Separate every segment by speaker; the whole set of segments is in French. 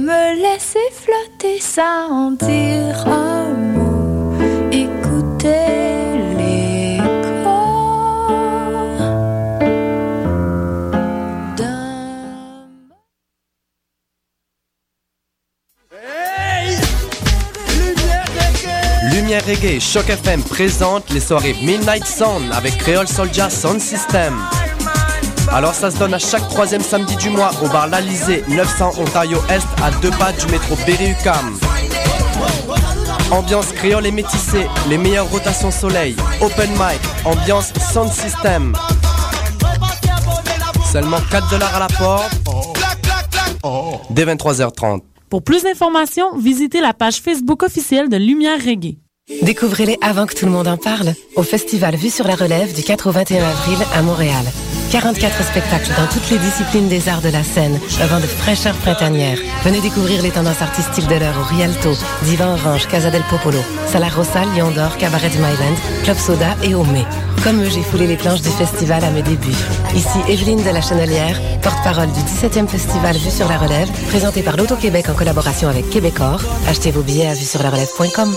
Speaker 1: me laisser flotter ça en dire un mot. Écoutez l'écho d'un
Speaker 2: Lumière Reggae, Choc FM présente les soirées Midnight Sun avec Creole Soldier Sound System. Alors ça se donne à chaque troisième samedi du mois au bar L'Alizé, 900 Ontario Est, à deux pas du métro Berry-UQAM. Ambiance créole et métissée, les meilleures rotations soleil, open mic, ambiance sound system. Seulement 4 dollars à la porte, dès 23h30.
Speaker 3: Pour plus d'informations, visitez la page Facebook officielle de Lumière Reggae.
Speaker 4: Découvrez-les avant que tout le monde en parle au festival Vue sur la Relève du 4 au 21 avril à Montréal. 44 spectacles dans toutes les disciplines des arts de la scène, un vent de fraîcheur printanière. Venez découvrir les tendances artistiques de l'heure au Rialto, Divan Orange, Casa del Popolo, Sala Rossa, Lion d'Or, Cabaret du Myland, Club Soda et Omé. Comme eux, j'ai foulé les planches du festival à mes débuts. Ici Evelyne de la Chenelière, porte-parole du 17e festival Vue sur la Relève, présenté par l'Auto-Québec en collaboration avec Québecor. Achetez vos billets à vuesurlarelève.com.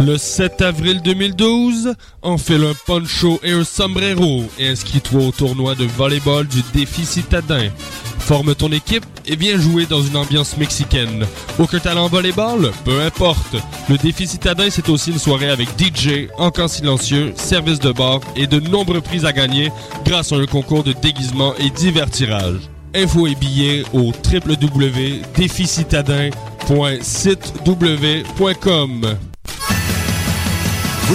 Speaker 5: Le 7 avril 2012, enfile un poncho et un sombrero et inscris-toi au tournoi de volleyball du défi citadin. Forme ton équipe et viens jouer dans une ambiance mexicaine. Aucun talent en volleyball Peu importe. Le défi citadin, c'est aussi une soirée avec DJ, encans silencieux, service de bar et de nombreux prix à gagner grâce à un concours de déguisement et divertirage. Info et billets au www.déficitadin.sitew.com.
Speaker 6: Vous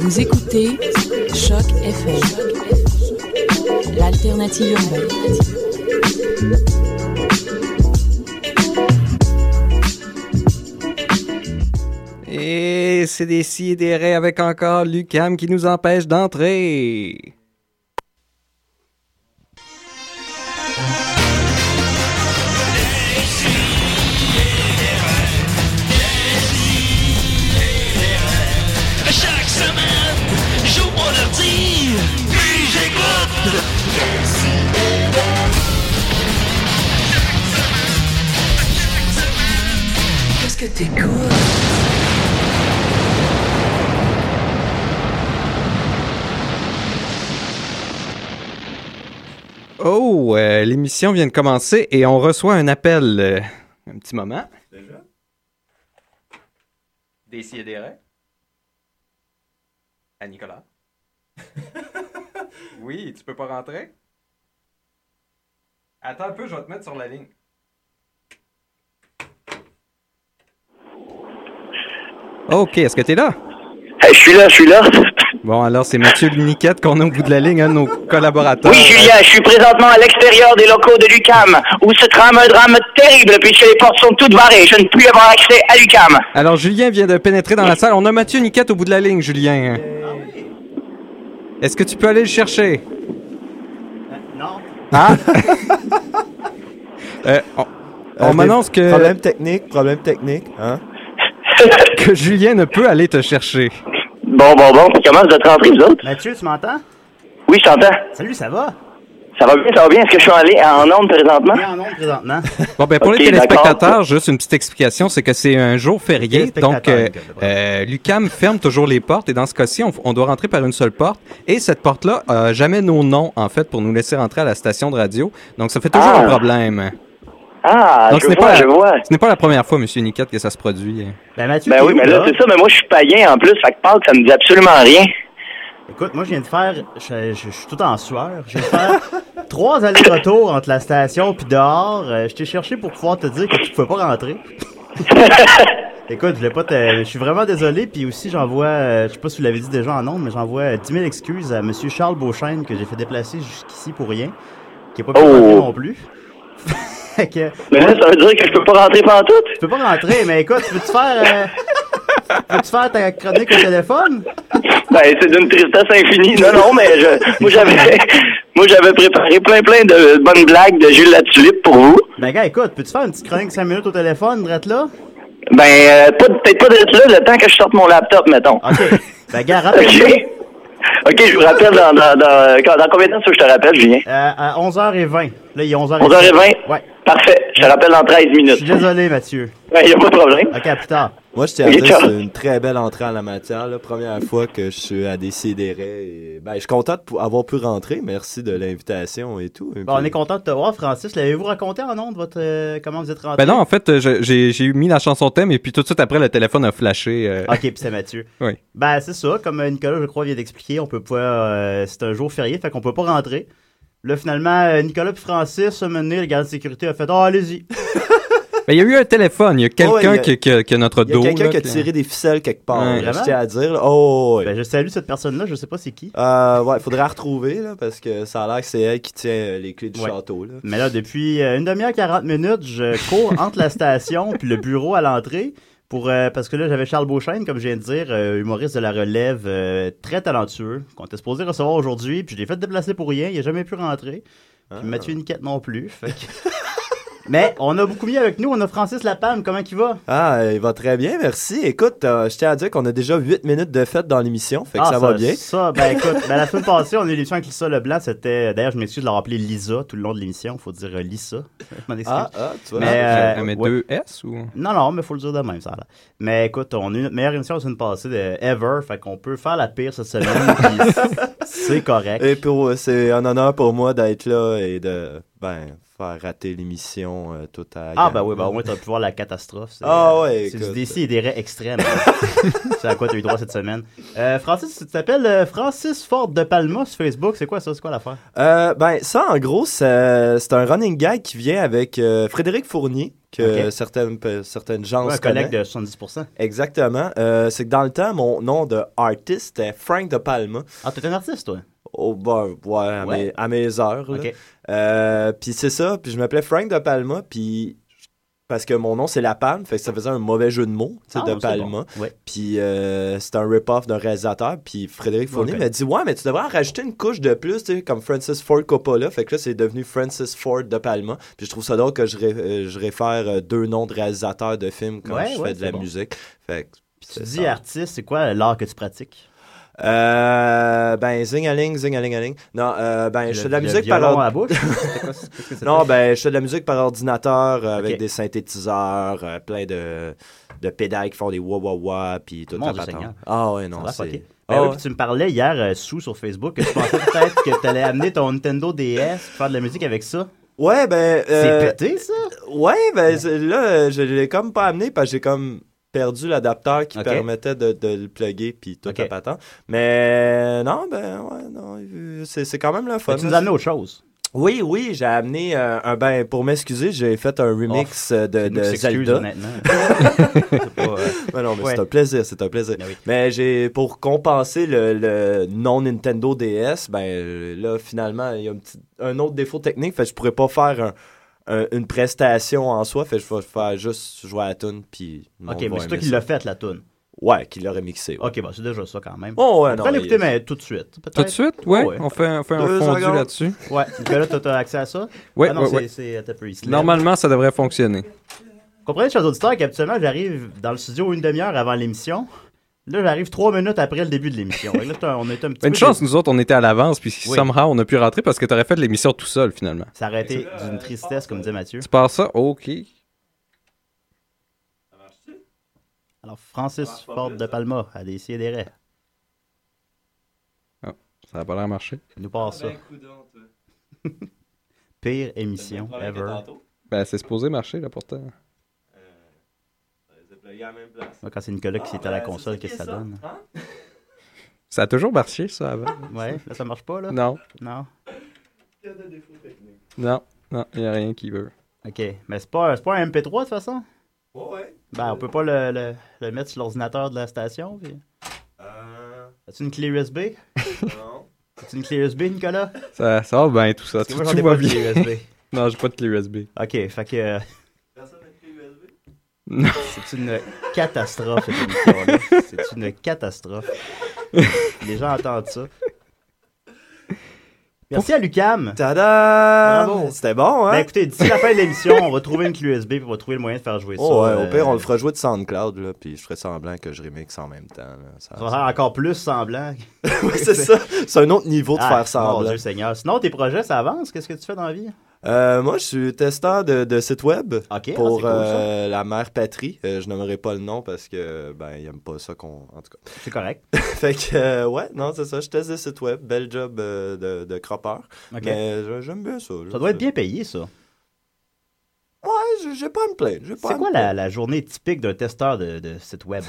Speaker 7: Vous écoutez Choc FM, l'alternative urbaine.
Speaker 8: Et c'est des si et des raies avec encore Lucam qui nous empêche d'entrer.
Speaker 9: Chaque semaine, j'ouvre mon ordi, puis j'écoute. Qu'est-ce que t'écoutes?
Speaker 8: Oh, euh, l'émission vient de commencer et on reçoit un appel. euh, un petit moment.
Speaker 10: Déjà?
Speaker 8: Décidérez. À Nicolas. oui, tu peux pas rentrer? Attends un peu, je vais te mettre sur la ligne. OK, est-ce que t'es là?
Speaker 11: Eh, je suis là, je suis là.
Speaker 8: Bon, alors c'est Mathieu Luniquette qu'on a au bout de la ligne, un de nos collaborateurs.
Speaker 11: Oui, Julien, je suis présentement à l'extérieur des locaux de l'UCAM, où se trame un drame terrible puisque les portes sont toutes barrées. Je ne puis avoir accès à l'UCAM.
Speaker 8: Alors, Julien vient de pénétrer dans la salle. On a Mathieu Niquette au bout de la ligne, Julien. Est-ce que tu peux aller le chercher?
Speaker 10: Non.
Speaker 8: Hein? Euh, on on m'annonce que,
Speaker 12: Problème technique, problème technique, hein?
Speaker 8: que Julien ne peut aller te chercher.
Speaker 11: Bon, bon, bon, comment vous êtes rentrés, vous autres?
Speaker 10: Mathieu, tu m'entends?
Speaker 11: Oui, je t'entends.
Speaker 10: Salut, ça va?
Speaker 11: Ça va bien, ça va bien. Est-ce que je suis en, ligne- en onde présentement?
Speaker 13: Présentement. Euh,
Speaker 8: Bon, ben, pour
Speaker 11: Ok,
Speaker 8: les téléspectateurs,
Speaker 11: d'accord.
Speaker 8: juste une petite explication, c'est que c'est un jour férié, donc euh, euh, l'UCAM ferme toujours les portes et dans ce cas-ci, on, on doit rentrer par une seule porte et cette porte-là a jamais nos noms, en fait, pour nous laisser rentrer à la station de radio, donc ça fait toujours
Speaker 11: Ah.
Speaker 8: un problème.
Speaker 11: Ah,
Speaker 8: donc,
Speaker 11: je
Speaker 8: ce n'est
Speaker 11: vois,
Speaker 8: pas,
Speaker 11: je vois.
Speaker 8: ce n'est pas la première fois, Monsieur Niquette, que ça se produit.
Speaker 13: Ben, Mathieu,
Speaker 11: Ben
Speaker 13: t'es
Speaker 11: oui,
Speaker 13: où,
Speaker 11: mais là,
Speaker 13: là?
Speaker 11: c'est ça, mais moi, je suis païen en plus, fait que Pâques, ça me dit absolument rien.
Speaker 13: Écoute, moi, je viens de faire. Je, je- je suis tout en sueur. Je viens de faire trois allers-retours entre la station puis dehors. Euh, je t'ai cherché pour pouvoir te dire que tu pouvais pas rentrer. Écoute, je voulais pas te. Je suis vraiment désolé. Puis aussi, j'envoie. euh, je sais pas si vous l'avez dit déjà en nombre, mais j'envoie euh, 10 000 excuses à Monsieur Charles Beauchesne que j'ai fait déplacer jusqu'ici pour rien. Qui est pas pu
Speaker 11: Oh.
Speaker 13: rentrer non plus. Fait que-
Speaker 11: Mais là, ça veut dire que je peux pas rentrer pendant tout.
Speaker 13: Tu peux pas rentrer, mais écoute, tu veux-tu faire. euh, Veux-tu faire ta chronique au téléphone?
Speaker 11: Ben, c'est d'une tristesse infinie. Non, non, mais je, moi, j'avais, moi, j'avais préparé plein, plein de bonnes blagues de Jules La Tulipe pour vous.
Speaker 13: Ben, gars, écoute, peux-tu faire une petite chronique 5 minutes au téléphone, drette là?
Speaker 11: Ben, euh, pas- peut-être pas d'être là le temps que je sorte mon laptop, mettons.
Speaker 13: OK. Ben, gars, rappelle-moi.
Speaker 11: OK. je vous rappelle dans, dans, dans, quand- dans combien de temps ça, je te rappelle, Julien?
Speaker 13: Euh, à 11h20. Là, il est 11h20.
Speaker 11: 11h20?
Speaker 13: Ouais.
Speaker 11: Parfait. Je te rappelle dans 13
Speaker 13: Je
Speaker 11: minutes.
Speaker 13: suis désolé, Mathieu.
Speaker 11: Ben, y a pas de problème.
Speaker 13: OK, à plus tard.
Speaker 12: Moi, je tiens à
Speaker 13: Ok,
Speaker 12: dire que
Speaker 13: ciao.
Speaker 12: c'est une très belle entrée en la matière. La première fois que je suis à Décideret. Et... Ben, je suis content d'avoir pu rentrer. Merci de l'invitation et tout. Et
Speaker 13: Bon,
Speaker 12: puis-
Speaker 13: on est content de te voir, Francis. L'avez-vous raconté en ondes, votre, euh, comment vous êtes rentré?
Speaker 8: Ben non, en fait, euh, je- j'ai j'ai mis la chanson thème et puis tout de suite après, le téléphone a flashé. euh.
Speaker 13: OK, puis c'est Mathieu.
Speaker 8: Oui.
Speaker 13: Ben, c'est ça. Comme euh, Nicolas, je crois, vient d'expliquer, on peut pas. euh, c'est un jour férié, fait qu'on peut pas rentrer. Là, finalement, euh, Nicolas puis Francis, à un moment donné, le garde de sécurité a fait Oh, allez-y. Oh,
Speaker 8: Ben, il y a eu un téléphone, il y a
Speaker 12: Ouais, il
Speaker 8: quelqu'un
Speaker 12: y a-
Speaker 8: qui, qui a- qui a notre
Speaker 12: Il y a
Speaker 8: dos.
Speaker 12: quelqu'un
Speaker 8: là,
Speaker 12: qui a
Speaker 8: qui-
Speaker 12: tiré des ficelles quelque part.
Speaker 8: Ouais.
Speaker 12: je
Speaker 8: Vraiment?
Speaker 12: tiens à dire. là. Oh, ouais.
Speaker 13: Ben, je salue cette personne-là, je sais pas c'est qui.
Speaker 12: Euh, ouais, faudrait la retrouver, là, parce que ça a l'air que c'est elle qui tient euh, les clés du
Speaker 13: Ouais.
Speaker 12: château, là.
Speaker 13: Mais là, depuis euh, une demi-heure, 40 minutes, je cours entre la station puis le bureau à l'entrée. Pour, euh, parce que là, j'avais Charles Beauchesne, comme je viens de dire, euh, humoriste de la relève, euh, très talentueux, qu'on était supposé recevoir aujourd'hui. Puis je l'ai fait déplacer pour rien, il n'a jamais pu rentrer. Puis
Speaker 12: Ah.
Speaker 13: Mathieu Niquette non plus. fait que- Mais on a beaucoup mis avec nous, on a Francis Lapalme, comment il va?
Speaker 12: Ah, euh, il va très bien, merci. Écoute, euh, je tiens à dire qu'on a déjà 8 minutes de fête dans l'émission, fait que
Speaker 13: Ah,
Speaker 12: ça, va bien.
Speaker 13: Ça, ben écoute, ben, la semaine passée, on a eu l'émission avec Lisa Leblanc. C'était, d'ailleurs, je m'excuse de l'avoir appelée Lisa tout le long de l'émission. Faut dire euh, Lisa. Je m'en excuse.
Speaker 12: Ah, ah, tu vois.
Speaker 13: Mais,
Speaker 12: Ah,
Speaker 13: euh,
Speaker 12: mais
Speaker 13: ouais.
Speaker 12: deux
Speaker 8: S ou?
Speaker 13: Non, non, mais faut le dire de même, ça. Là. Mais écoute, on a eu notre meilleure émission la semaine passée de Ever. Fait qu'on peut faire la pire cette semaine. puis c'est- c'est correct.
Speaker 12: Et pour, euh, c'est un honneur pour moi d'être là et de, ben, faire rater l'émission euh, tout à
Speaker 13: Ah,
Speaker 12: gamme.
Speaker 13: ben oui, ben au moins, t'as pu voir la catastrophe. C'est,
Speaker 12: Ah,
Speaker 13: euh,
Speaker 12: ouais,
Speaker 13: C'est
Speaker 12: écoute.
Speaker 13: du décis et des raies extrêmes. hein. c'est à quoi t'as eu droit cette semaine. Euh, Francis, tu t'appelles euh, Francis Ford de Palma sur Facebook. C'est quoi ça? C'est quoi l'affaire?
Speaker 12: Euh, ben, ça, en gros, ça- c'est un running gag qui vient avec euh, Frédéric Fournier, que
Speaker 13: Ok.
Speaker 12: certaines, pe- certaines gens
Speaker 13: Ouais, un
Speaker 12: se connaissent.
Speaker 13: collègue de 70%.
Speaker 12: Exactement. Euh, c'est que dans le temps, mon nom de artiste était Frank de Palma.
Speaker 13: Ah, t'es un artiste, toi?
Speaker 12: Oh, ben, ouais, à,
Speaker 13: Ouais.
Speaker 12: Mes, à mes heures. là.
Speaker 13: Ok.
Speaker 12: Euh, puis c'est ça, puis je m'appelais Frank de Palma, puis parce que mon nom c'est La Palme, fait que ça faisait un mauvais jeu de mots, tu sais,
Speaker 13: Ah,
Speaker 12: de
Speaker 13: c'est
Speaker 12: Palma.
Speaker 13: bon. Ouais.
Speaker 12: Puis euh, c'était un rip-off d'un réalisateur, puis Frédéric Fournier
Speaker 13: Ok.
Speaker 12: m'a dit Ouais, mais tu devrais en rajouter une couche de plus, tu sais, comme Francis Ford Coppola. Fait que là, c'est devenu Francis Ford de Palma. Puis je trouve ça drôle que je, ré- euh, je réfère euh, deux noms de réalisateurs de films quand
Speaker 13: Ouais,
Speaker 12: je
Speaker 13: ouais,
Speaker 12: fais de
Speaker 13: c'est
Speaker 12: la
Speaker 13: bon.
Speaker 12: musique. Fait que. puis
Speaker 13: Tu
Speaker 12: c'est
Speaker 13: dis
Speaker 12: ça.
Speaker 13: artiste, c'est quoi l'art que tu pratiques?
Speaker 12: Euh, ben, zing-a-ling, zing-a-ling-a-ling. Non, euh, ben, je fais de la
Speaker 13: Le- le
Speaker 12: musique
Speaker 13: violon
Speaker 12: par
Speaker 13: à bouche? C'est quoi- qu'est-ce que c'est?
Speaker 12: non, ben, je fais de la musique par ordinateur euh, avec
Speaker 13: Ok.
Speaker 12: des synthétiseurs, euh, plein de, de pédales qui font des wa wa wa, puis toute
Speaker 13: Mon
Speaker 12: la
Speaker 13: Dieu
Speaker 12: patente.
Speaker 13: Seigneur.
Speaker 12: Ah ouais, non,
Speaker 13: Ça va,
Speaker 12: c'est.
Speaker 13: fucké. Ben
Speaker 12: Ah
Speaker 13: oui,
Speaker 12: ouais.
Speaker 13: puis tu me parlais hier euh, sous sur Facebook que tu pensais peut-être que tu allais amener ton Nintendo DS faire de la musique avec ça.
Speaker 12: Ouais, ben. euh,
Speaker 13: C'est pété ça?
Speaker 12: Ouais, ben c'est- là, euh, je l'ai comme pas amené parce que j'ai comme perdu l'adapteur qui
Speaker 13: Ok.
Speaker 12: permettait de, de le plugger puis toute
Speaker 13: Ok.
Speaker 12: la patente. Mais non, ben ouais, non, euh, c'est c'est quand même le fun.
Speaker 13: tu nous as amené autre chose.
Speaker 12: Oui, oui, j'ai amené euh, un ben pour m'excuser, j'ai fait un remix euh, de,
Speaker 13: c'est nous
Speaker 12: de
Speaker 13: qui s'excuse,
Speaker 12: Zelda.
Speaker 13: honnêtement.
Speaker 12: C'est
Speaker 13: pas, euh,
Speaker 12: Ben non, mais
Speaker 13: ouais.
Speaker 12: c'est un plaisir, c'est un plaisir. Mais j'ai pour compenser le, le non Nintendo DS, ben euh, là finalement il y a un, petit- un autre défaut technique, fait que je pourrais pas faire un- un- une prestation en soi, fait que je vais faire juste jouer à la tune puis. le monde
Speaker 13: Ok,
Speaker 12: va
Speaker 13: mais c'est toi
Speaker 12: aimer
Speaker 13: qui
Speaker 12: ça.
Speaker 13: l'as faite la toune.
Speaker 12: Ouais, qui l'a remixé. ouais.
Speaker 13: Ok, bon, c'est déjà ça quand même.
Speaker 12: Oh,
Speaker 13: On
Speaker 12: ouais, non,
Speaker 13: pourrait
Speaker 12: il-
Speaker 13: l'écouter, mais tout de suite. peut-être.
Speaker 8: Tout de suite, ouais.
Speaker 13: Ouais.
Speaker 8: On fait, on fait un
Speaker 13: Deux
Speaker 8: fondu
Speaker 13: secondes.
Speaker 8: là-dessus.
Speaker 13: Ouais, mais là, t'as- t'as accès à ça?
Speaker 8: Ouais,
Speaker 13: Ah non,
Speaker 8: ouais,
Speaker 13: c'est-
Speaker 8: ouais.
Speaker 13: c'est- attends un peu, il se lève.
Speaker 8: Normalement, ça devrait fonctionner.
Speaker 13: Comprenez, chers auditeurs, qu'habituellement, j'arrive dans le studio une demi-heure avant l'émission. Là, j'arrive trois minutes après le début de l'émission. Fait que Là, j'étais un- on était un petit
Speaker 8: Une
Speaker 13: peu
Speaker 8: chance, nous autres, on était à l'avance, puis
Speaker 13: Oui.
Speaker 8: somehow, on a pu rentrer parce que t'aurais fait l'émission tout seul, finalement.
Speaker 13: Ça aurait été d'une tristesse, comme disait Mathieu.
Speaker 8: Tu pars ça? OK.
Speaker 13: Alors, Francis Ford de Palma, à des sidérés.
Speaker 8: Ah, ça n'a pas l'air de marcher.
Speaker 13: Nous part ça. Pire émission ever.
Speaker 8: Ben, c'est supposé marcher, là, pourtant.
Speaker 13: Moi, quand Ah, c'est Nicolas qui est à la console, qu'est-ce que ça donne?
Speaker 8: Ça a toujours marché, ça, avant.
Speaker 13: Ouais, là, ça marche pas, là?
Speaker 8: Non.
Speaker 13: Non.
Speaker 8: Non, non, il n'y a rien qui veut.
Speaker 13: OK, mais c'est pas, c'est pas un MP3, de toute façon?
Speaker 12: Ouais,
Speaker 13: Ben, on peut pas le, le- le mettre sur l'ordinateur de la station, puis... As-tu une clé USB?
Speaker 12: Non.
Speaker 13: As-tu une clé USB, Nicolas?
Speaker 8: Ça, ça va bien, tout ça.
Speaker 13: Parce que
Speaker 8: Tout,
Speaker 13: moi, j'en
Speaker 8: tout
Speaker 13: ai
Speaker 8: va
Speaker 13: pas de clé
Speaker 8: bien.
Speaker 13: USB.
Speaker 8: non, j'ai pas de clé USB.
Speaker 13: OK, fait que... euh,
Speaker 8: Non.
Speaker 13: C'est une catastrophe, cette émission-là. C'est une catastrophe. Les gens entendent ça. Merci à Lucam.
Speaker 12: Tada! C'était bon, hein?
Speaker 13: Ben, écoutez, d'ici la fin de l'émission, on va trouver une clé USB puis on va trouver le moyen de faire jouer
Speaker 12: Oh,
Speaker 13: ça.
Speaker 12: ouais,
Speaker 13: euh,
Speaker 12: au pire, on le fera jouer de SoundCloud, là, puis je ferai semblant que je remixe en même temps. là. Ça-
Speaker 13: Ça va faire encore plus semblant.
Speaker 12: Ouais, c'est ça. C'est un autre niveau de
Speaker 13: Ah,
Speaker 12: faire semblant.
Speaker 13: Mon Dieu Seigneur. Sinon, tes projets, ça avance. Qu'est-ce que tu fais dans la vie?
Speaker 12: Euh, moi, je suis testeur de, de site web
Speaker 13: ah, c'est
Speaker 12: pour
Speaker 13: cool, ça.
Speaker 12: euh, la mère patrie. Euh, je nommerai pas le nom parce que ben ils aiment pas ça qu'on. En tout cas.
Speaker 13: C'est correct.
Speaker 12: fait que euh, ouais, non, c'est ça. Je teste des sites web. Bel job euh, de, de croppeur.
Speaker 13: Ok.
Speaker 12: Mais je- j'aime bien ça.
Speaker 13: Ça doit être bien payé, ça.
Speaker 12: Ouais, j'ai- j'ai pas à me plaindre. j'ai pas à
Speaker 13: C'est
Speaker 12: me
Speaker 13: quoi
Speaker 12: plaindre.
Speaker 13: la, la journée typique d'un testeur de, de site web?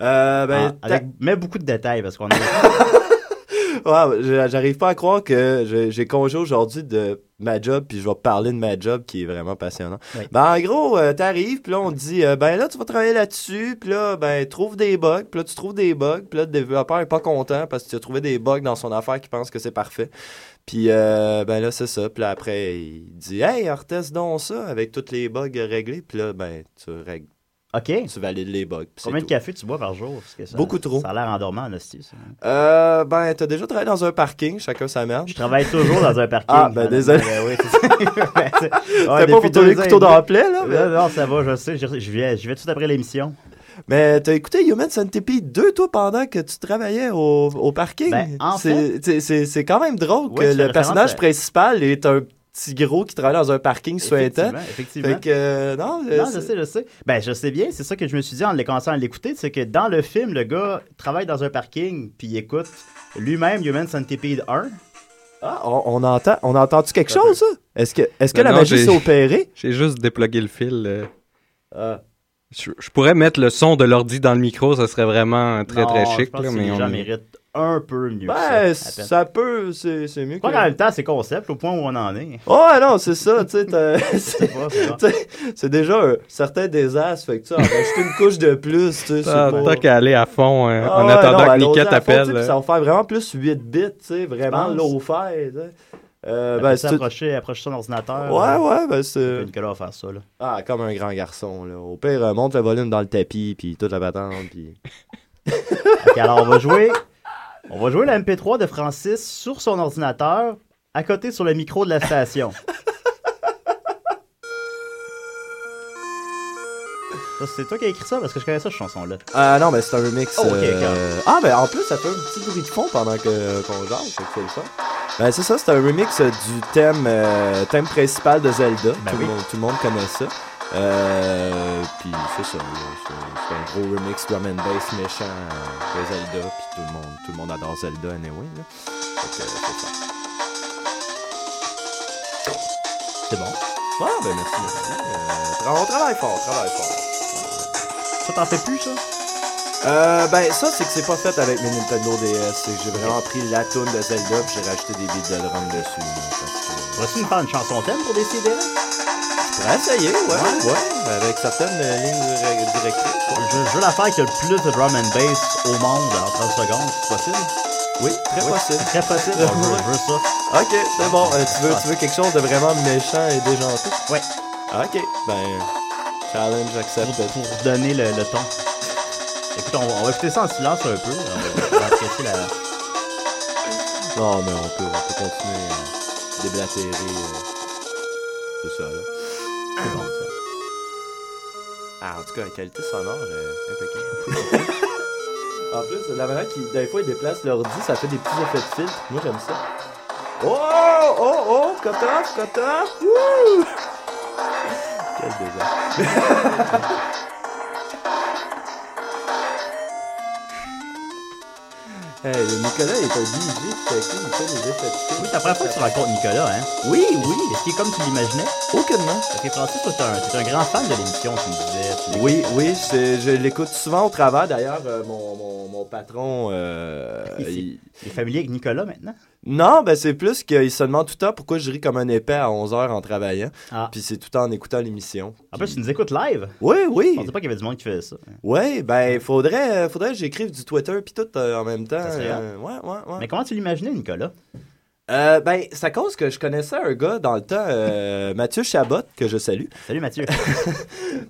Speaker 12: Euh, ben,
Speaker 13: Ah, avec, mets beaucoup de détails parce qu'on est.
Speaker 12: Ouais, Ah, je- j'arrive pas à croire que je- j'ai congé aujourd'hui de ma job, puis je vais parler de ma job qui est vraiment passionnant.
Speaker 13: Oui.
Speaker 12: Ben, en gros, euh, t'arrives, puis là, on te dit, euh, ben là, tu vas travailler là-dessus, puis là, ben, trouve des bugs, puis là, tu trouves des bugs, puis là, le développeur est pas content parce que tu as trouvé des bugs dans son affaire qui pense que c'est parfait. Puis, euh, ben là, c'est ça. Puis là, après, il dit, hey, reteste donc ça avec tous les bugs réglés, puis là, ben, tu règles.
Speaker 13: OK.
Speaker 12: Tu valides les bugs. puis c'est
Speaker 13: Combien de
Speaker 12: tout.
Speaker 13: café tu bois par jour? Parce que ça-
Speaker 12: Beaucoup trop.
Speaker 13: Ça a l'air endormant, en hostie, ça.
Speaker 12: Euh, ben, t'as déjà travaillé dans un parking, chacun sa merde. Je
Speaker 13: travaille toujours dans un parking.
Speaker 12: Ah, ben,
Speaker 13: madame.
Speaker 12: désolé.
Speaker 13: Ben oui, c'est ça. Ben, c'est-
Speaker 12: pas pour
Speaker 13: depuis deux
Speaker 12: tourner le
Speaker 13: ans
Speaker 12: couteau
Speaker 13: et demi.
Speaker 12: dans la plaie, là, mais-
Speaker 13: Non, non, ça va, je sais. Je, je vais, je vais tout après l'émission.
Speaker 12: Mais t'as écouté Human Centipede 2, toi, pendant que tu travaillais au, au parking.
Speaker 13: Ben, en
Speaker 12: C'est- c'est- C'est c'est quand même drôle
Speaker 13: Ouais, tu
Speaker 12: que
Speaker 13: fais
Speaker 12: le
Speaker 13: référence
Speaker 12: personnage
Speaker 13: à-
Speaker 12: principal est un petit gros qui travaille dans un parking souhaitant.
Speaker 13: Effectivement, effectivement.
Speaker 12: Fait que, euh, non, euh,
Speaker 13: Non, je
Speaker 12: c'est-
Speaker 13: sais, je sais. Ben, je sais bien, c'est ça que je me suis dit en le commençant à l'écouter, c'est que dans le film, le gars travaille dans un parking, puis il écoute lui-même Human Centipede 1.
Speaker 12: Ah, on, on entend, on entend-tu quelque
Speaker 13: Ça peut.
Speaker 12: chose, ça? Est-ce que, est que
Speaker 8: Ben Non,
Speaker 12: la
Speaker 8: non,
Speaker 12: magie
Speaker 8: j'ai-
Speaker 12: s'est opérée?
Speaker 8: J'ai juste déplogué le fil. euh. Je, je pourrais mettre le son de l'ordi dans le micro, ça serait vraiment très
Speaker 13: Non,
Speaker 8: très
Speaker 13: je
Speaker 8: chic.
Speaker 13: pense
Speaker 8: là,
Speaker 13: que
Speaker 8: mais
Speaker 13: les
Speaker 8: on
Speaker 13: gens
Speaker 8: est-
Speaker 13: méritent un peu mieux.
Speaker 12: Ben,
Speaker 13: ça, à peine.
Speaker 12: ça peut, c'est c'est mieux que...
Speaker 13: Quoi qu'en même temps, c'est concept au point où on en est.
Speaker 12: Oh non, c'est ça, tu sais, t'as- c'est
Speaker 13: pas, c'est pas.
Speaker 12: tu sais, c'est déjà un certain désastre, fait que tu sais, en rajouter une couche de plus, tu sais, c'est
Speaker 8: Tant,
Speaker 12: pas-
Speaker 8: tant qu'à aller à fond euh,
Speaker 12: Ah
Speaker 8: en
Speaker 12: ouais,
Speaker 8: attendant
Speaker 12: non,
Speaker 8: que
Speaker 12: ben, l'autre
Speaker 8: Niquette
Speaker 12: à fond, tu sais,
Speaker 8: appelle. euh,
Speaker 12: puis Ça
Speaker 8: là.
Speaker 12: va faire vraiment plus 8 bits, tu sais, vraiment
Speaker 13: penses?
Speaker 12: low-fi. tu sais. Euh,
Speaker 13: Ben,
Speaker 12: ben,
Speaker 13: ben,
Speaker 12: c'est tout-
Speaker 13: approcher, approcher son ordinateur.
Speaker 12: Ouais,
Speaker 13: là.
Speaker 12: ouais, ben c'est.
Speaker 13: Nicolas va faire ça, là.
Speaker 12: Ah, comme un grand garçon, là. Au pire, euh, monte le volume dans le tapis, puis toute la patente, puis.
Speaker 13: Ok, alors on va jouer. On va jouer la MP3 de Francis sur son ordinateur, à côté sur le micro de la station. Ça, C'est toi qui as écrit ça parce que je connais ça, cette chanson-là.
Speaker 12: Ah non, mais c'est un remix.
Speaker 13: Oh, ok,
Speaker 12: euh,
Speaker 13: quand-
Speaker 12: Ah, ben en plus, ça fait un petit bruit de fond pendant que- qu'on jase, fait que c'est le fun. Ben c'est ça, c'est un remix euh, du thème, euh, thème principal de Zelda. tout, le
Speaker 13: Ben oui.
Speaker 12: monde, tout le monde connaît ça. Euh, puis c'est ça, là, c'est c'est un gros remix drum and bass méchant euh, de Zelda. Puis tout le monde, tout le monde adore Zelda anyway. Là. Fait que, euh, c'est ça.
Speaker 13: C'est bon.
Speaker 12: Ah, ben merci. merci. Euh, tra- on travaille fort, on travaille fort.
Speaker 13: Ça, t'en fais plus, ça?
Speaker 12: Euh, ben ça c'est que c'est pas fait avec mes Nintendo DS, c'est que j'ai vraiment pris la tune de Zelda puis j'ai rajouté des beats de drum dessus. là, parce
Speaker 13: Vas-tu nous faire une chanson thème pour décider?
Speaker 12: que... Ouais, ça y est, ouais, ouais, avec certaines euh, lignes dire- directrices. ouais.
Speaker 13: Je, je veux la faire qui a le plus de drum and bass au monde en 30 secondes, c'est possible?
Speaker 12: Oui, très
Speaker 13: Oui,
Speaker 12: possible.
Speaker 13: Très facile. Bon, je, veux, je veux ça.
Speaker 12: Ok, c'est bon. Euh, tu, veux, tu veux quelque chose de vraiment méchant et déjanté?
Speaker 13: Ouais.
Speaker 12: Ok, ben challenge
Speaker 13: Pour,
Speaker 12: accepted.
Speaker 13: pour donner le, le ton. Écoute, on, va- on va écouter ça en silence un peu. On va, on va apprécier la...
Speaker 12: Non mais on peut, on peut continuer hein. à déblatérer. euh, tout ça là.
Speaker 13: C'est bon, ça.
Speaker 12: Ah, en tout cas, la qualité sonore, euh, impeccable. En plus, la manière qui, des fois, il déplace l'ordi, ça fait des petits effets de filtre. Moi, j'aime ça. Oh, oh, oh, cut off, cut off, wouh! Quel désastre. hey, le Nicolas est un DJ qui fait qui, il fait des effets de filtre.
Speaker 13: Oui, c'est la première fois que tu rencontres Nicolas, hein?
Speaker 12: Oui, oui.
Speaker 13: Est-ce qu'il est comme tu l'imaginais?
Speaker 12: Aucunement.
Speaker 13: Ok, Francis, toi, t'es un, t'es un grand fan de l'émission, tu me disais. Tu l'écoutes.
Speaker 12: Oui, oui, c'est- je l'écoute souvent au travail. D'ailleurs, euh, mon, mon, mon patron. euh, il-
Speaker 13: Il est familier avec Nicolas maintenant?
Speaker 12: Non, ben c'est plus qu'il se demande tout le temps pourquoi je ris comme un épais à 11h en travaillant.
Speaker 13: Ah.
Speaker 12: Puis c'est tout en écoutant l'émission.
Speaker 13: En plus, tu nous écoutes live?
Speaker 12: Oui, oui.
Speaker 13: Je pensais pas qu'il y avait du monde qui faisait ça.
Speaker 12: Ouais, ben faudrait, euh, faudrait que j'écrive du Twitter puis tout euh, en même temps.
Speaker 13: Ça serait
Speaker 12: euh,
Speaker 13: hot.
Speaker 12: ouais, ouais, ouais.
Speaker 13: Mais comment tu l'imaginais, Nicolas?
Speaker 12: Euh, ben, c'est à cause que je connaissais un gars dans le temps, euh, Mathieu Chabot, que je salue.
Speaker 13: Salut Mathieu.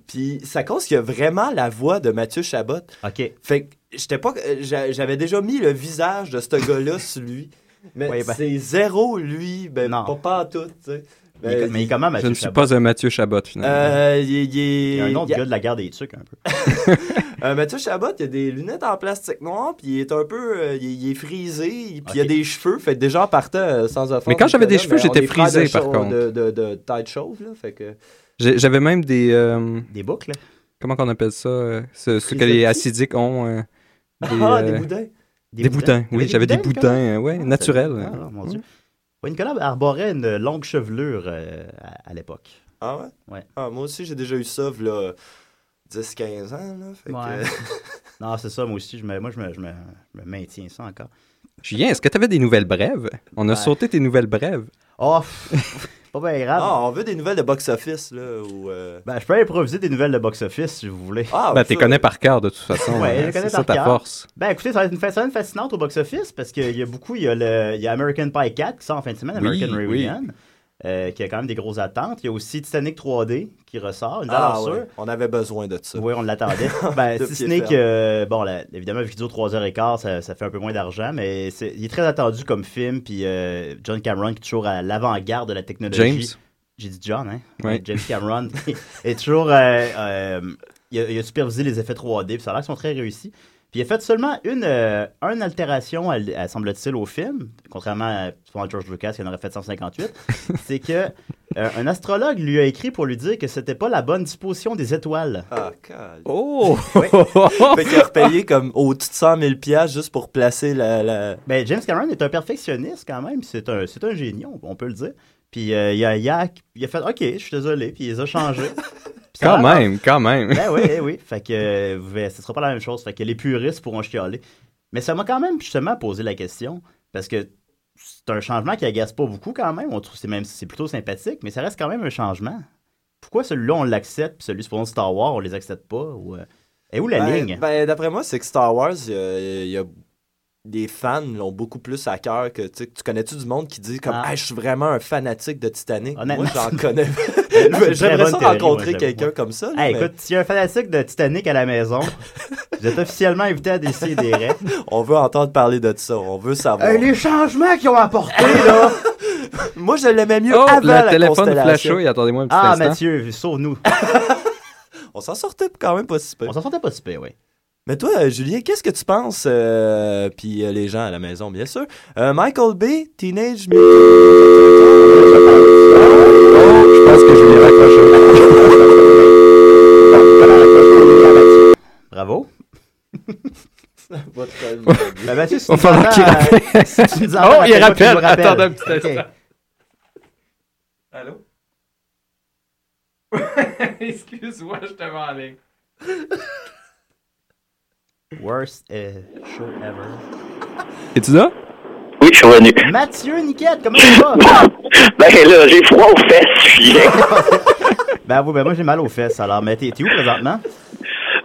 Speaker 12: Puis c'est à cause qu'il y a vraiment la voix de Mathieu Chabot.
Speaker 13: OK.
Speaker 12: Fait que j'étais pas, euh, j'a- j'avais déjà mis le visage de ce gars-là sur lui. Mais
Speaker 13: Oui, ben.
Speaker 12: c'est zéro lui, ben
Speaker 13: Non.
Speaker 12: pas pas en tout, tu sais. Ben,
Speaker 13: Mais il est- mais il est comment, Mathieu
Speaker 8: Je ne suis
Speaker 13: Chabot?
Speaker 8: pas un Mathieu Chabot, finalement.
Speaker 12: Euh, il, est- il est-
Speaker 13: Il y a un autre
Speaker 12: il
Speaker 13: gars de la guerre des trucs, un peu.
Speaker 12: Euh, Mathieu Chabot, il a des lunettes en plastique noir, puis il est un peu, euh, il, est- il est frisé, puis il a des cheveux, fait que déjà en partant euh, sans offense.
Speaker 8: Mais quand j'avais des
Speaker 12: Nicolas, mais
Speaker 8: cheveux,
Speaker 12: on
Speaker 8: j'étais
Speaker 12: est frères
Speaker 8: frisé,
Speaker 12: de cha-
Speaker 8: par contre.
Speaker 12: De, de, de tête chauve, là, fait que.
Speaker 8: J'ai- J'avais même des. euh,
Speaker 13: Des boucles?
Speaker 8: Comment qu'on appelle ça euh, Ce, ce que
Speaker 12: Des
Speaker 8: les
Speaker 12: outils?
Speaker 8: acidiques ont. euh,
Speaker 12: Ah, des
Speaker 8: euh,
Speaker 12: boudins.
Speaker 8: Des, boutins, oui. J'avais des boutins, euh, ouais, naturels.
Speaker 13: Ah, mon
Speaker 12: Mm-hmm.
Speaker 13: Dieu. Ouais, Nicolas arborait une longue chevelure euh, à, à l'époque.
Speaker 12: Ah ouais?
Speaker 13: Ouais.
Speaker 12: Ah, moi aussi, j'ai déjà eu ça, là, 10-15 ans, là, fait
Speaker 13: Ouais.
Speaker 12: que.
Speaker 13: non, c'est ça, moi aussi, je me, moi, je me, je me- je me maintiens ça encore.
Speaker 8: Julien, est-ce que tu avais des nouvelles brèves On a
Speaker 13: Ouais.
Speaker 8: sauté tes nouvelles brèves.
Speaker 13: Oh, pff, pas bien grave.
Speaker 12: Ah, on veut des nouvelles de box-office, là, ou. euh,
Speaker 13: Ben, je peux improviser des nouvelles de box-office si vous voulez.
Speaker 12: Ah,
Speaker 8: ben, tu
Speaker 12: ça-
Speaker 8: connais par cœur, de toute façon.
Speaker 13: euh, Ouais,
Speaker 8: hein,
Speaker 13: je les connais
Speaker 8: c'est ça
Speaker 13: par
Speaker 8: ta
Speaker 13: cœur.
Speaker 8: force.
Speaker 13: Ben écoutez, ça va être une fa- semaine fascinante au box-office parce qu'il y a beaucoup, il y a, le, il y a American Pie 4 qui sort en fin de semaine,
Speaker 8: Oui,
Speaker 13: American
Speaker 8: oui.
Speaker 13: Reunion, euh, qui a quand même des grosses attentes. Il y a aussi Titanic 3D qui ressort, une valeur
Speaker 12: Ah,
Speaker 13: sûre.
Speaker 12: ouais. On avait besoin de ça.
Speaker 13: Oui, on l'attendait. ben,
Speaker 12: De
Speaker 13: si
Speaker 12: pied
Speaker 13: ce n'est
Speaker 12: ferme.
Speaker 13: que, euh, bon, la- évidemment, vu qu'il dure 3h15, ça, ça fait un peu moins d'argent, mais c'est- il est très attendu comme film. Puis euh, John Cameron, qui est toujours à l'avant-garde de la technologie.
Speaker 8: James.
Speaker 13: J'ai dit John, hein?
Speaker 8: Ouais.
Speaker 13: James Cameron est toujours. euh, euh, il, a, il a supervisé les effets 3D, puis ça a l'air qu'ils sont très réussis. Puis il a fait seulement une, euh, une altération, à l- à, semble-t-il, au film, contrairement à souvent George Lucas qui en aurait fait 158. c'est que euh, un astrologue lui a écrit pour lui dire que c'était pas la bonne disposition des étoiles.
Speaker 12: Ah, calme.
Speaker 8: Oh!
Speaker 12: Fait qu'il a repayé comme au-dessus de 100 000 piastres juste pour placer la. la...
Speaker 13: Ben, James Cameron est un perfectionniste quand même. C'est un, c'est un génie, on, on peut le dire. Puis euh, il, a, il, a, il a fait OK, je suis désolé, puis il les a changés. Puis ça a
Speaker 8: Quand
Speaker 13: l'air-
Speaker 8: même, quand même.
Speaker 13: Ben oui, eh oui. Fait que euh, ben, ce sera pas la même chose. Fait que les puristes pourront chialer. Mais ça m'a quand même justement posé la question parce que c'est un changement qui agace pas beaucoup quand même. On trouve c'est même c'est plutôt sympathique, mais ça reste quand même un changement. Pourquoi celui-là on l'accepte, puis celui sur Star Wars on les accepte pas ou euh, Et où la
Speaker 12: Ben-
Speaker 13: ligne
Speaker 12: Ben, d'après moi, c'est que Star Wars, il y a- il y a. Les fans l'ont beaucoup plus à cœur que tu sais, tu connais-tu du monde qui dit comme
Speaker 13: Ah.
Speaker 12: Hey, je suis vraiment un fanatique de Titanic. Moi
Speaker 13: Honnêtement,
Speaker 12: j'en
Speaker 13: c'est-
Speaker 12: connais.
Speaker 13: Honnêtement, c'est une très
Speaker 12: Ah, J'aimerais ça
Speaker 13: bonne théorie,
Speaker 12: rencontrer
Speaker 13: moi, j'avoue.
Speaker 12: quelqu'un comme ça. là,
Speaker 13: Hey,
Speaker 12: mais
Speaker 13: écoute, s'il y a un fanatique de Titanic à la maison, vous êtes officiellement invité à décider des rêves.
Speaker 12: On veut entendre parler de ça. On veut savoir.
Speaker 13: Euh, les changements qu'ils ont apportés là
Speaker 12: Moi je l'aimais mieux
Speaker 8: Oh,
Speaker 12: avant
Speaker 8: le
Speaker 12: la
Speaker 8: téléphone
Speaker 12: constellation.
Speaker 8: flashouille, attendez-moi un petit
Speaker 13: Ah
Speaker 8: instant.
Speaker 13: Mathieu, sauve-nous.
Speaker 12: On s'en sortait quand même pas si peu.
Speaker 13: On s'en sortait pas si pire, oui.
Speaker 12: Mais toi, euh, Julien, qu'est-ce que tu penses, euh, puis euh, les gens à la maison, bien sûr, euh, Michael Bay, Teenage Mutant...
Speaker 8: Je pense que je vais raccrocher.
Speaker 13: Bravo. Ben,
Speaker 12: Votre-
Speaker 13: Mathieu, si tu
Speaker 8: Va
Speaker 13: nous
Speaker 8: falloir
Speaker 13: entends,
Speaker 8: qu'il
Speaker 13: euh,
Speaker 8: rappelle.
Speaker 13: si tu nous entends,
Speaker 8: Oh, il
Speaker 13: rappelle-moi qu'il
Speaker 8: rappelle.
Speaker 13: nous rappelle.
Speaker 8: Attendez un petit
Speaker 13: Ok.
Speaker 8: instant.
Speaker 5: Allô? Excuse-moi, je t'avais en ligne.
Speaker 13: Worst euh, show ever.
Speaker 8: Es-tu là?
Speaker 11: Oui, je suis revenu.
Speaker 13: Mathieu Niquette, comment tu vas?
Speaker 11: Ben là, j'ai froid aux fesses, Julien.
Speaker 13: ben oui, ben moi j'ai mal aux fesses alors, mais t'es t'es où présentement?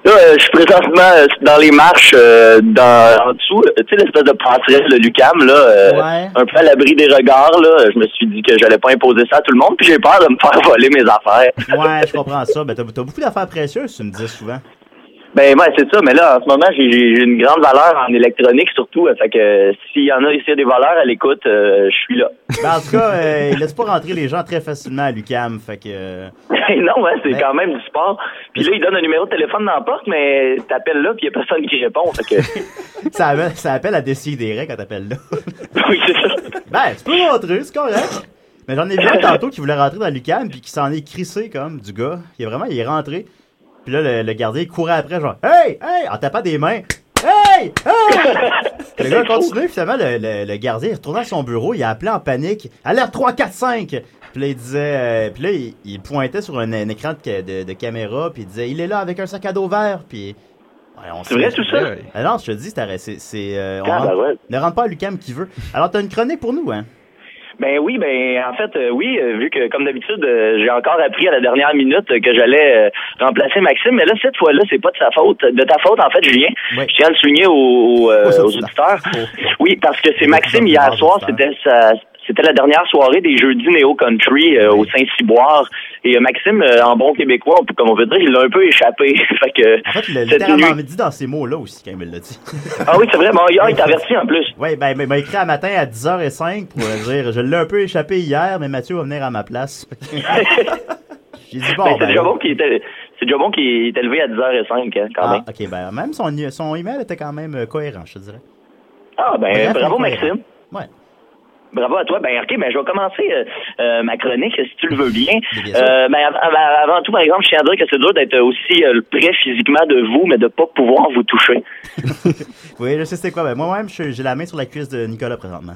Speaker 11: Là, euh, je suis présentement euh, dans les marches, euh, dans, en dessous, euh, tu sais, l'espèce de penserelle de Lucam, là, euh,
Speaker 13: Ouais.
Speaker 11: un peu à l'abri des regards, là. Je me suis dit que j'allais pas imposer ça à tout le monde, puis j'ai peur de me faire voler mes affaires.
Speaker 13: Ouais, je comprends ça. Ben t'as t'as beaucoup d'affaires précieuses, tu me dis souvent.
Speaker 11: Ben ouais, c'est ça, mais là, en ce moment, j'ai j'ai une grande valeur en électronique surtout. euh, Fait que euh, s'il y en a ici des valeurs à l'écoute, euh, je suis là.
Speaker 13: Ben en tout cas, euh, il laisse pas rentrer les gens très facilement à l'UCAM, fait que... euh,
Speaker 11: non, ouais, c'est
Speaker 13: Ben-
Speaker 11: quand même du sport. Puis là, il donne un numéro de téléphone dans la porte, mais t'appelles là, puis il y a personne qui répond. Fait que
Speaker 13: ça, appelle, ça appelle à décider hein, quand t'appelles là. oui, c'est ça. Ben, tu peux rentrer, c'est correct. Mais j'en ai vu un tantôt qui voulait rentrer dans l'UCAM puis qui s'en est crissé, comme, du gars. Il est vraiment, il est rentré. Puis là, le, le gardien il courait après, genre, hey, hey, en tapant des mains. Hey! Hey! Le gars a continué, finalement, le, le- le gardien est retourné à son bureau, il a appelé en panique. Alerte 3, 4, 5! Puis là, il disait. euh, puis là, il, il pointait sur un, un écran de, ca- de- de caméra, puis il disait Il est là avec un sac à dos vert, puis. Ouais, on
Speaker 11: C'est
Speaker 13: sait-
Speaker 11: vrai, tout ça?
Speaker 13: Ouais. Ah non, je te dis, c'est arrêt- c'est. c'est, euh, on
Speaker 11: Ah,
Speaker 13: rentre-
Speaker 11: bah ouais.
Speaker 13: Ne rentre pas à Lucam qui veut. Alors, t'as une chronique pour nous, hein?
Speaker 11: Ben oui, ben en fait, euh, oui, euh, vu que comme d'habitude, euh, j'ai encore appris à la dernière minute euh, que j'allais euh, remplacer Maxime, mais là cette fois-là, c'est pas de sa faute, de ta faute en fait, Julien. Je tiens à le souligner aux, aux, euh, aux auditeurs. Oui, parce que Oh. c'est Maxime hier soir, c'était sa- c'était la dernière soirée des jeudis néo country euh, au Saint-Cyboire et euh, Maxime euh, en bon québécois, on peut- comme on veut dire, il l'a un peu échappé. fait que
Speaker 13: En fait, il l'a
Speaker 11: cette
Speaker 13: littéralement
Speaker 11: nuit-
Speaker 13: dit dans ces mots-là aussi, quand il me l'a dit.
Speaker 11: Ah oui, c'est vrai, bon, hier, il t'a averti en plus.
Speaker 13: Oui, ben, ben, il m'a écrit à matin à 10h05 pour euh, dire Je l'ai un peu échappé hier, mais Mathieu va venir à ma place. J'ai dit Bon,
Speaker 11: Ben, c'est
Speaker 13: ben,
Speaker 11: déjà bon qu'il était c'est déjà bon qu'il est élevé à 10h05 hein, quand
Speaker 13: ah,
Speaker 11: même.
Speaker 13: ok, ben, même son, son email était quand même euh, cohérent, je te dirais.
Speaker 11: Ah ben
Speaker 13: Bref,
Speaker 11: bravo
Speaker 13: on verra.
Speaker 11: Maxime.
Speaker 13: Ouais.
Speaker 11: Bravo à toi. Ben ok, ben je vais commencer euh, euh, ma chronique si tu le veux bien.
Speaker 13: bien sûr.
Speaker 11: Euh, ben, av- av- avant tout, par exemple, je tiens à dire que c'est dur d'être aussi euh, près physiquement de vous, mais de pas pouvoir vous toucher.
Speaker 13: Oui, je sais c'est quoi. Ben, moi-même, je- j'ai la main sur la cuisse de Nicolas présentement.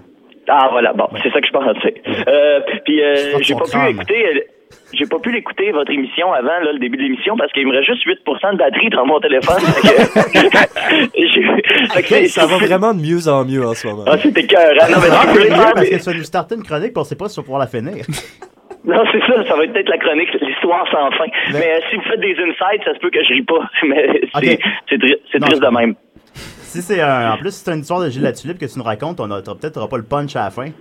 Speaker 11: Ah voilà, bon, c'est ça que je pensais. Euh, puis euh,
Speaker 13: Je pense
Speaker 11: j'ai
Speaker 13: qu'on
Speaker 11: pas pu
Speaker 13: crame.
Speaker 11: écouter euh, j'ai pas pu l'écouter votre émission avant là, le début de l'émission parce qu'il me reste juste 8% de batterie dans mon téléphone. Fait que- J'ai- fait que c'est-
Speaker 12: ça va vraiment de mieux en mieux en ce moment.
Speaker 11: Ah, c'était cœur. Non, mais tu peux
Speaker 13: c'est
Speaker 11: les
Speaker 13: mieux
Speaker 11: faire,
Speaker 13: parce
Speaker 11: mais-
Speaker 13: que tu vas nous starter une chronique, puis on sait pas si on va pouvoir la finir.
Speaker 11: Non, c'est ça, ça va être peut-être la chronique, l'histoire sans fin. Mais, euh, si vous faites des insights, ça se peut que je ris pas. Mais c'est c'est tri- c'est triste de même.
Speaker 13: si c'est un. En plus, si c'est une histoire de Gilles la Tulipe que tu nous racontes, on a t'auras- peut-être t'auras pas le punch à la fin.
Speaker 11: ouais,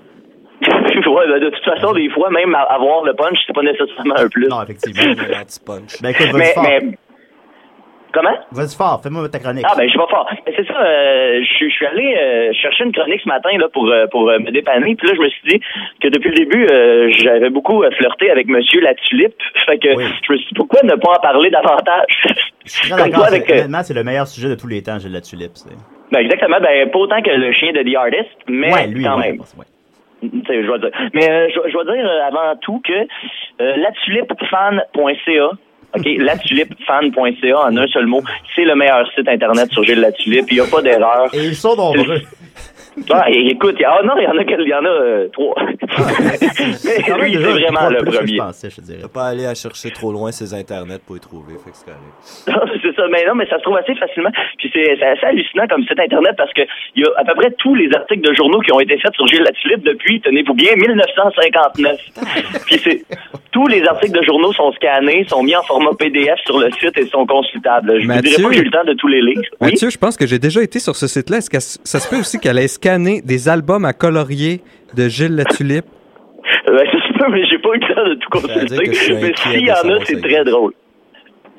Speaker 11: ben, de toute façon, des fois, même a- avoir le punch, c'est pas nécessairement un plus.
Speaker 13: Non, effectivement.
Speaker 12: punch
Speaker 13: Ben, écoute, vas-y
Speaker 11: mais,
Speaker 13: fort.
Speaker 11: mais comment?
Speaker 13: Vas-y fort, fais-moi ta chronique.
Speaker 11: Ah ben je vais fort. Mais c'est ça, euh, je suis- je suis allé euh, chercher une chronique ce matin là pour euh, pour euh, me dépanner. Puis là je me suis dit que depuis le début euh, j'avais beaucoup euh, flirté avec Monsieur la tulipe. Fait que je me suis dit pourquoi ne pas en parler davantage.
Speaker 13: Je suis très
Speaker 11: Comme
Speaker 13: d'accord,
Speaker 11: quoi, avec,
Speaker 13: c'est-
Speaker 11: euh,
Speaker 13: honnêtement, c'est le meilleur sujet de tous les temps, Gilles la Tulipe. c'est-
Speaker 11: Ben exactement, ben pas autant que le chien de The Artist, mais
Speaker 13: Ouais, lui,
Speaker 11: quand
Speaker 13: ouais,
Speaker 11: même. Mm, Tu sais, Je vais dire. Mais euh, je je vais dire euh, avant tout que euh, latulipefan.ca OK, latulipefan.ca en un seul mot, c'est le meilleur site internet sur Gilles Latulippe, il n'y a pas d'erreur.
Speaker 13: Et ils sont nombreux.
Speaker 11: Ah, et- écoute, il y, a- ah non, il y en a quel- il y en a euh, trois.
Speaker 12: quand
Speaker 11: Mais
Speaker 12: même
Speaker 11: lui,
Speaker 12: déjà trois
Speaker 11: c'est vraiment le
Speaker 12: plus que je
Speaker 11: premier.
Speaker 13: pensais, je dirais.
Speaker 12: T'as pas allé à chercher trop loin ces internets pour les trouver, fait que c'est correct.
Speaker 11: Non, c'est ça. Mais non, mais ça se trouve assez facilement. Puis c'est c'est assez hallucinant comme site Internet parce que il y a à peu près tous les articles de journaux qui ont été faits sur Gilles Latulippe depuis, tenez-vous bien, 1959. Puis c'est tous les articles de journaux sont scannés, sont mis en format PDF sur le site et sont consultables. Je ne
Speaker 8: Mathieu?
Speaker 11: dirais pas que j'ai eu le temps de tous les lire. Oui?
Speaker 8: Mathieu, je pense que j'ai déjà été sur ce site-là. Est-ce que ça se peut aussi qu'elle ait scanné des albums à colorier de Gilles Latulippe?
Speaker 11: Euh, ça se peut, mais j'ai pas eu le temps de tout consulter. Mais s'il y en a, c'est très drôle.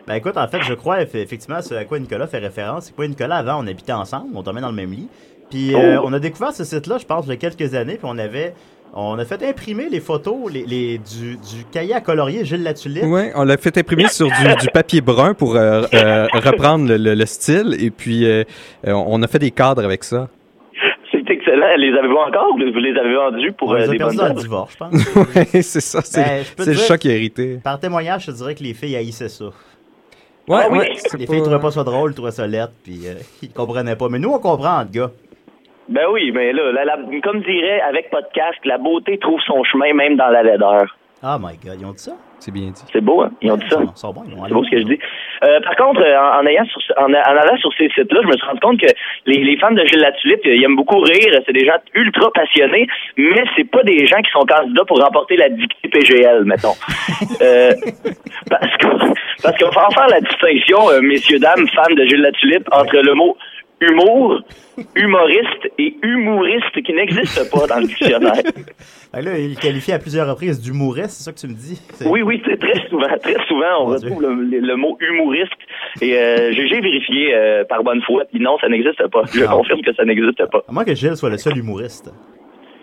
Speaker 13: Ben écoute, en fait, je crois eff- effectivement ce à quoi Nicolas fait référence. C'est quoi Nicolas avant, on habitait ensemble, on dormait dans le même lit. Puis euh,
Speaker 11: Oh.
Speaker 13: on a découvert ce site-là, je pense, il y a quelques années, puis on avait. On a fait imprimer les photos les, les- du, du cahier à colorier Gilles Latulippe.
Speaker 8: Oui, on l'a fait imprimer sur du, du papier brun pour euh, euh, reprendre le, le- le style et puis euh, euh, on a fait des cadres avec ça.
Speaker 11: C'est excellent. Les avez-vous encore ou vous les avez vendus pour
Speaker 13: On les
Speaker 11: euh,
Speaker 13: a
Speaker 11: des
Speaker 13: perdus
Speaker 11: bonnes
Speaker 13: dans le
Speaker 11: œuvres?
Speaker 13: divorce, je pense.
Speaker 8: ouais, c'est ça, c'est
Speaker 13: Ben, je peux te
Speaker 8: c'est le
Speaker 13: dire-
Speaker 8: choc qui a hérité.
Speaker 13: Par témoignage, je te dirais que les filles haïssaient ça.
Speaker 8: Ouais, Ah oui, ouais, c'est
Speaker 13: les
Speaker 8: pas-
Speaker 13: filles trouvaient pas ça drôle, trouvaient ça lettre, puis euh, ils comprenaient pas. Mais nous, on comprend, en tout cas.
Speaker 11: Ben oui, mais là, la- la- comme dirait avec podcast, la beauté trouve son chemin même dans la laideur.
Speaker 13: Oh my god, ils ont dit ça?
Speaker 8: C'est bien dit.
Speaker 11: C'est beau, hein? Ils ont dit ça.
Speaker 13: sont bons, ils ont
Speaker 11: C'est beau ce que je dis. Euh, par contre, euh, en, en ayant sur, ce- en, en allant sur ces sites-là, je me suis rendu compte que les, les fans de Gilles Latulippe, ils aiment beaucoup rire. C'est des gens ultra passionnés, mais c'est pas des gens qui sont candidats pour remporter la dictée PGL, mettons. Euh, parce qu'on parce qu'on va en faire la distinction, euh, messieurs, dames, fans de Gilles Latulippe, entre le mot humour, humoriste et humoriste qui n'existe pas dans le dictionnaire.
Speaker 13: Fait que là, il qualifie à plusieurs reprises d'humoriste, c'est ça que tu me dis? C'est-
Speaker 11: Oui, oui, c'est très souvent, très souvent, on retrouve le, le- le mot humoriste. Et euh, j'ai j'ai vérifié euh, par bonne foi, puis non, ça n'existe pas. Je confirme que ça n'existe pas.
Speaker 13: Ah. À moins que Gilles soit le seul humoriste.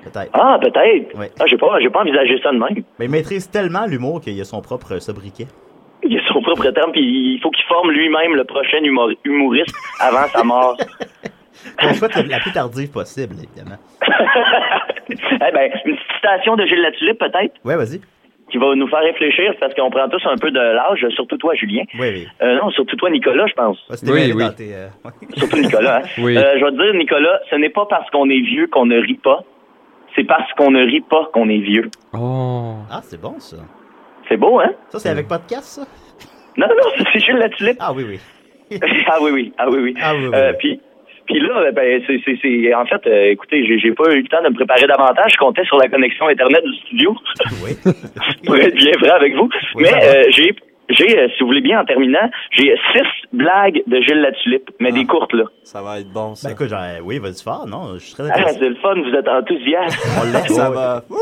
Speaker 13: Peut-être.
Speaker 11: Ah, peut-être.
Speaker 13: Ouais.
Speaker 11: Ah, j'ai pas, j'ai pas envisagé ça de même.
Speaker 13: Mais il maîtrise tellement l'humour qu'il a son propre sobriquet.
Speaker 11: Il a son propre terme, puis il faut qu'il forme lui-même le prochain humor- humoriste avant sa mort.
Speaker 13: On souhaite la, la plus tardive possible, évidemment.
Speaker 11: eh ben, une petite citation de Gilles Latulippe, peut-être?
Speaker 13: Ouais, vas-y.
Speaker 11: Qui va nous faire réfléchir c'est parce qu'on prend tous un peu de l'âge, surtout toi, Julien.
Speaker 13: Oui, oui. Ah,
Speaker 11: Euh, non, surtout toi, Nicolas, je pense.
Speaker 13: Ouais, c'était bien dans tes, euh, ouais.
Speaker 11: Surtout Nicolas. hein.
Speaker 13: Oui.
Speaker 11: Euh, je vais te dire, Nicolas, ce n'est pas parce qu'on est vieux qu'on ne rit pas. C'est parce qu'on ne rit pas qu'on est vieux.
Speaker 8: Oh.
Speaker 13: Ah, c'est bon, ça.
Speaker 11: C'est beau, hein?
Speaker 13: Ça, c'est avec podcast, ça?
Speaker 11: Non, non, non, c'est Gilles Latulippe.
Speaker 13: Ah oui, oui.
Speaker 11: ah oui, oui. Ah oui, oui.
Speaker 13: oui,
Speaker 11: Euh,
Speaker 13: oui.
Speaker 11: puis, puis là, ben, c'est, c'est, c'est- en fait, euh, écoutez, j'ai, j'ai pas eu le temps de me préparer davantage. Je comptais sur la connexion Internet du studio.
Speaker 13: Oui.
Speaker 11: pour être bien vrai avec vous.
Speaker 13: Oui,
Speaker 11: Mais
Speaker 13: ça va.
Speaker 11: euh, j'ai, j'ai, euh, si vous voulez bien, en terminant, j'ai six blagues de Gilles Latulippe, mais des courtes, là.
Speaker 12: Ça va être bon,
Speaker 13: ça. Ah. Ben écoute, j'en- oui, vas-y fort, non? Je suis très
Speaker 11: Ah,
Speaker 13: intéressé.
Speaker 11: c'est le fun, vous êtes enthousiaste.
Speaker 13: On l'est,
Speaker 12: Ah,
Speaker 13: Ça ouais.
Speaker 12: bah,
Speaker 13: va.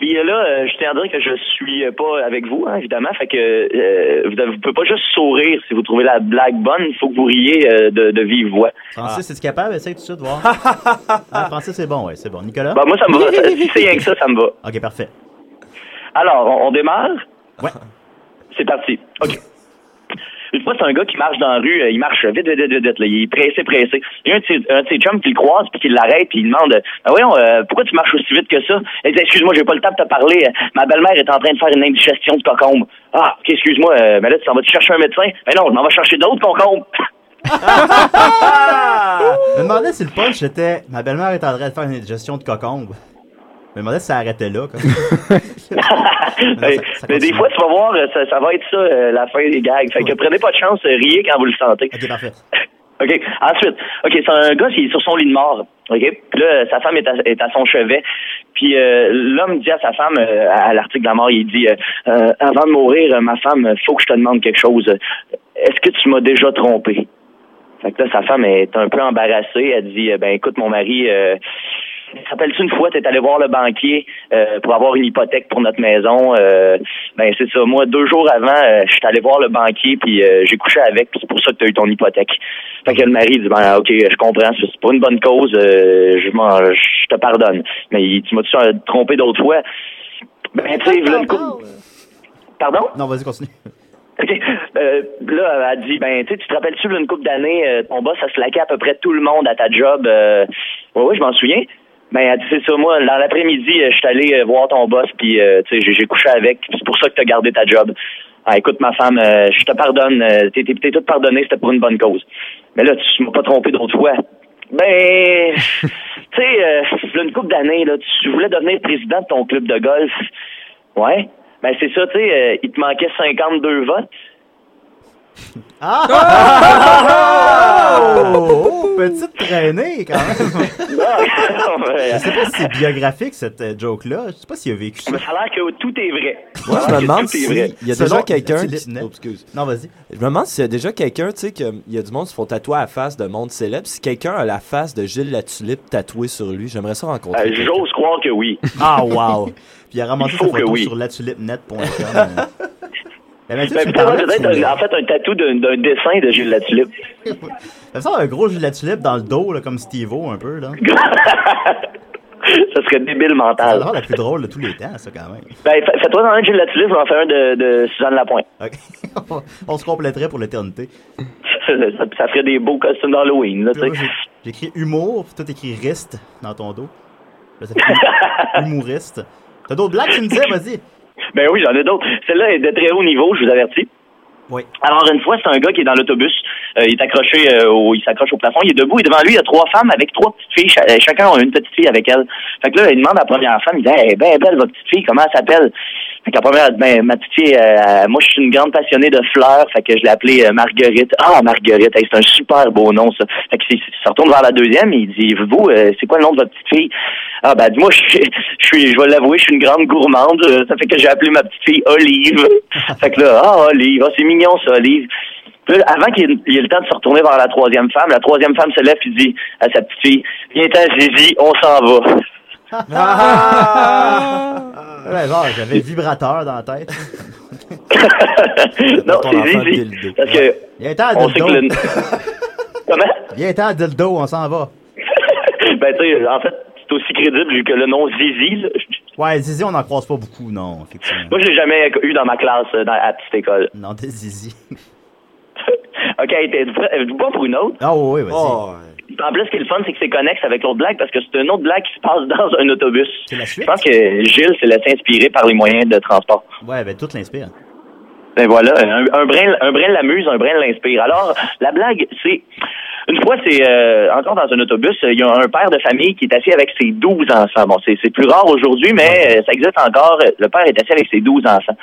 Speaker 11: Puis euh, là, euh, je tiens à dire que je suis euh, pas avec vous, hein, évidemment. Fait que euh, vous ne pouvez pas juste sourire si vous trouvez la blague bonne. Il faut que vous riez euh, de, de vive voix.
Speaker 13: Francis, es-tu capable? Essaye tout de suite de voir. ah, Francis, c'est bon, ouais, c'est bon. Nicolas?
Speaker 11: Bah, moi, ça me va. Ça- si c'est rien que ça, ça me va.
Speaker 13: OK, parfait.
Speaker 11: Alors, on, on démarre?
Speaker 13: Ouais.
Speaker 11: C'est parti. OK. Une fois, c'est un gars qui marche dans la rue, euh, il marche vite, vite, vite, vite, vite, là, il est pressé, pressé. Il y a un de ses, un de ses chums qui le croise, puis qui l'arrête, puis il demande euh, Ah, Voyons, euh, pourquoi tu marches aussi vite que ça? Il dit Excuse-moi, j'ai pas le temps de te parler. euh, Ma belle-mère est en train de faire une indigestion de concombre. Ah, ok, excuse-moi, euh, mais là, tu t'en vas-tu chercher un médecin? Mais non, je m'en vais chercher d'autres concombres.
Speaker 13: Je me demandais si le punch était ma belle-mère est en train de faire une digestion de cocombe. Je me demandais si ça arrêtait là. Comme.
Speaker 11: mais, mais des fois, tu vas voir, euh, ça, ça va être ça, euh, la fin des gags. Fait que prenez pas de chance, euh, riez quand vous le sentez.
Speaker 13: OK, parfait.
Speaker 11: OK. Ensuite, OK, c'est un gars qui est sur son lit de mort. OK. Puis là, sa femme est à, est à son chevet. Puis euh, l'homme dit à sa femme, euh, à l'article de la mort, il dit euh, Euh, Avant de mourir, euh, ma femme, euh, faut que je te demande quelque chose. Est-ce que tu m'as déjà trompé? Fait que là, sa femme est un peu embarrassée. Elle dit euh, Ben écoute, mon mari, euh, te rappelles-tu une fois, t'es allé voir le banquier euh, pour avoir une hypothèque pour notre maison? Euh, ben c'est ça. Moi, deux jours avant, euh, je suis allé voir le banquier, puis euh, j'ai couché avec, puis c'est pour ça que t'as eu ton hypothèque. Fait que le mari dit Ben ok, je comprends, c'est pas une bonne cause, euh, je m'en je te pardonne. Mais il- tu m'as-tu euh, trompé d'autres fois? Ben tu sais, v'là une couple- Pardon?
Speaker 13: Non, vas-y, continue.
Speaker 11: OK. Euh, là, elle dit, ben, tu sais, tu te rappelles-tu, là, une couple d'années, euh, ton boss a slaqué à peu près tout le monde à ta job. Euh, oui, oui, je m'en souviens. Ben, elle dit, c'est ça, moi, dans l'après-midi, euh, je suis allé euh, voir ton boss, puis, euh, tu sais, j'ai- j'ai couché avec, puis c'est pour ça que t'as gardé ta job. Ah, écoute, ma femme, euh, je te pardonne, euh, t'es t'es- t'es toute pardonnée, c'était pour une bonne cause. Mais là, tu m'as pas trompé d'autres fois. Ben, tu sais, euh, v'là une couple d'années, là, tu voulais devenir président de ton club de golf. Ouais. Ben, c'est ça, tu sais, euh, il te manquait 52 votes.
Speaker 13: Oh! Petite traînée, quand même. Je sais pas si c'est biographique, cette euh, joke-là. Je sais pas s'il a vécu ça.
Speaker 11: Mais ça a l'air que tout est vrai.
Speaker 12: Moi,
Speaker 11: Ça a
Speaker 12: je
Speaker 11: l'air
Speaker 12: me
Speaker 11: que
Speaker 12: demande
Speaker 11: tout est
Speaker 12: s'il
Speaker 11: vrai.
Speaker 12: y a
Speaker 13: Selon
Speaker 12: déjà quelqu'un.
Speaker 13: Philippe
Speaker 12: qui-
Speaker 13: Net.
Speaker 12: Oh, excuse.
Speaker 13: Non, vas-y.
Speaker 12: Je me demande s'il y a déjà quelqu'un, tu sais, qu'il y a du monde qui se font tatouer à la face de monde célèbre. Si quelqu'un a la face de Gilles Latulippe tatouée sur lui, j'aimerais ça rencontrer.
Speaker 11: Euh, J'ose croire que oui.
Speaker 13: Ah, wow. Puis il a ramassé
Speaker 11: Il
Speaker 13: sa
Speaker 11: faut que
Speaker 13: photo
Speaker 11: oui.
Speaker 13: sur latulipnet.com. Euh, ben, Mathieu, tu
Speaker 11: Ben,
Speaker 13: me
Speaker 11: ça
Speaker 13: parlais,
Speaker 11: doit
Speaker 13: tu
Speaker 11: être
Speaker 13: me-
Speaker 11: un- en fait un tatou d'un d'un dessin de Gilles Latulippe.
Speaker 13: T'as ça un gros jus de la tulipe dans le dos, là, comme Steve-O, un peu, là.
Speaker 11: ça serait débile
Speaker 13: C'est
Speaker 11: mental.
Speaker 13: la la plus drôle de tous les temps, ça, quand même.
Speaker 11: Ben, fa- fais-toi dans un de Gilles Latulippe, je vais en faire un de, de Suzanne Lapointe.
Speaker 13: On se compléterait pour l'éternité.
Speaker 11: ça, ça ferait des beaux costumes d'Halloween, là, tu sais.
Speaker 13: J'écris humour, puis toi, t'écris riste dans ton dos. Là, ça fait humoriste. T'as d'autres blagues, tu me disais, vas-y.
Speaker 11: Ben oui, j'en ai d'autres. Celle-là est de très haut niveau, je vous avertis.
Speaker 13: Oui.
Speaker 11: Alors une fois, c'est un gars qui est dans l'autobus. Euh, il est accroché, euh, au, il s'accroche au plafond. Il est debout et devant lui, il y a trois femmes avec trois petites filles. Cha- euh, chacun a une petite fille avec elle. Fait que là, il demande à la première femme, il dit, hey, ben belle votre petite fille, comment elle s'appelle Fait que la première, elle dit, ben ma petite fille, euh, moi je suis une grande passionnée de fleurs. Fait que je l'ai appelée euh, Marguerite. Ah Marguerite, hey, c'est un super beau nom ça. Fait que c'est- il se retourne vers la deuxième, il dit, vous, euh, c'est quoi le nom de votre petite fille Ah ben dis-moi, je suis, je suis- je vais l'avouer, je suis une grande gourmande. Euh, Ça fait que j'ai appelé ma petite fille Olive. fait que là, ah Olive, ah, c'est mignon ça Olive. Puis là, avant qu'il y ait- il y ait le temps de se retourner vers la troisième femme, la troisième femme se lève et dit à sa petite fille Viens-t'en, Zizi, on s'en va.
Speaker 13: Ah! Ouais, genre, j'avais vibrateur dans la tête.
Speaker 11: non,
Speaker 13: Ton
Speaker 11: c'est
Speaker 13: enfant
Speaker 11: Zizi.
Speaker 13: dildo.
Speaker 11: Parce que.
Speaker 13: Il y a un temps à
Speaker 11: on sait
Speaker 13: dildo.
Speaker 11: que le- Comment
Speaker 13: Viens, t'as le dildo, on s'en va.
Speaker 11: Ben, tu sais, en fait, c'est aussi crédible que le nom Zizi. là.
Speaker 13: Ouais, Zizi, on n'en croise pas beaucoup, non, effectivement.
Speaker 11: Moi, je l'ai jamais eu dans ma classe euh, dans, à la petite école.
Speaker 13: Non, t'es Zizi.
Speaker 11: OK, t'es- êtes-vous prêt- êtes-vous bon euh, pour une autre
Speaker 13: Ah oui, oui, vas-y.
Speaker 11: Oh, en plus, ce qui est le fun, c'est que c'est connexe avec l'autre blague parce que c'est une autre blague qui se passe dans un autobus.
Speaker 13: C'est la
Speaker 11: Je
Speaker 13: suite.
Speaker 11: pense que Gilles s'est laissé inspirer par les moyens de transport.
Speaker 13: Ouais, ben tout l'inspire.
Speaker 11: Ben voilà, un, un brin, un brin l'amuse, un brin l'inspire. Alors, la blague, c'est... Une fois, c'est euh, encore dans un autobus, il y a un père de famille qui est assis avec ses 12 enfants. Bon, c'est c'est plus rare aujourd'hui, mais euh, ça existe encore. Le père est assis avec ses 12 enfants.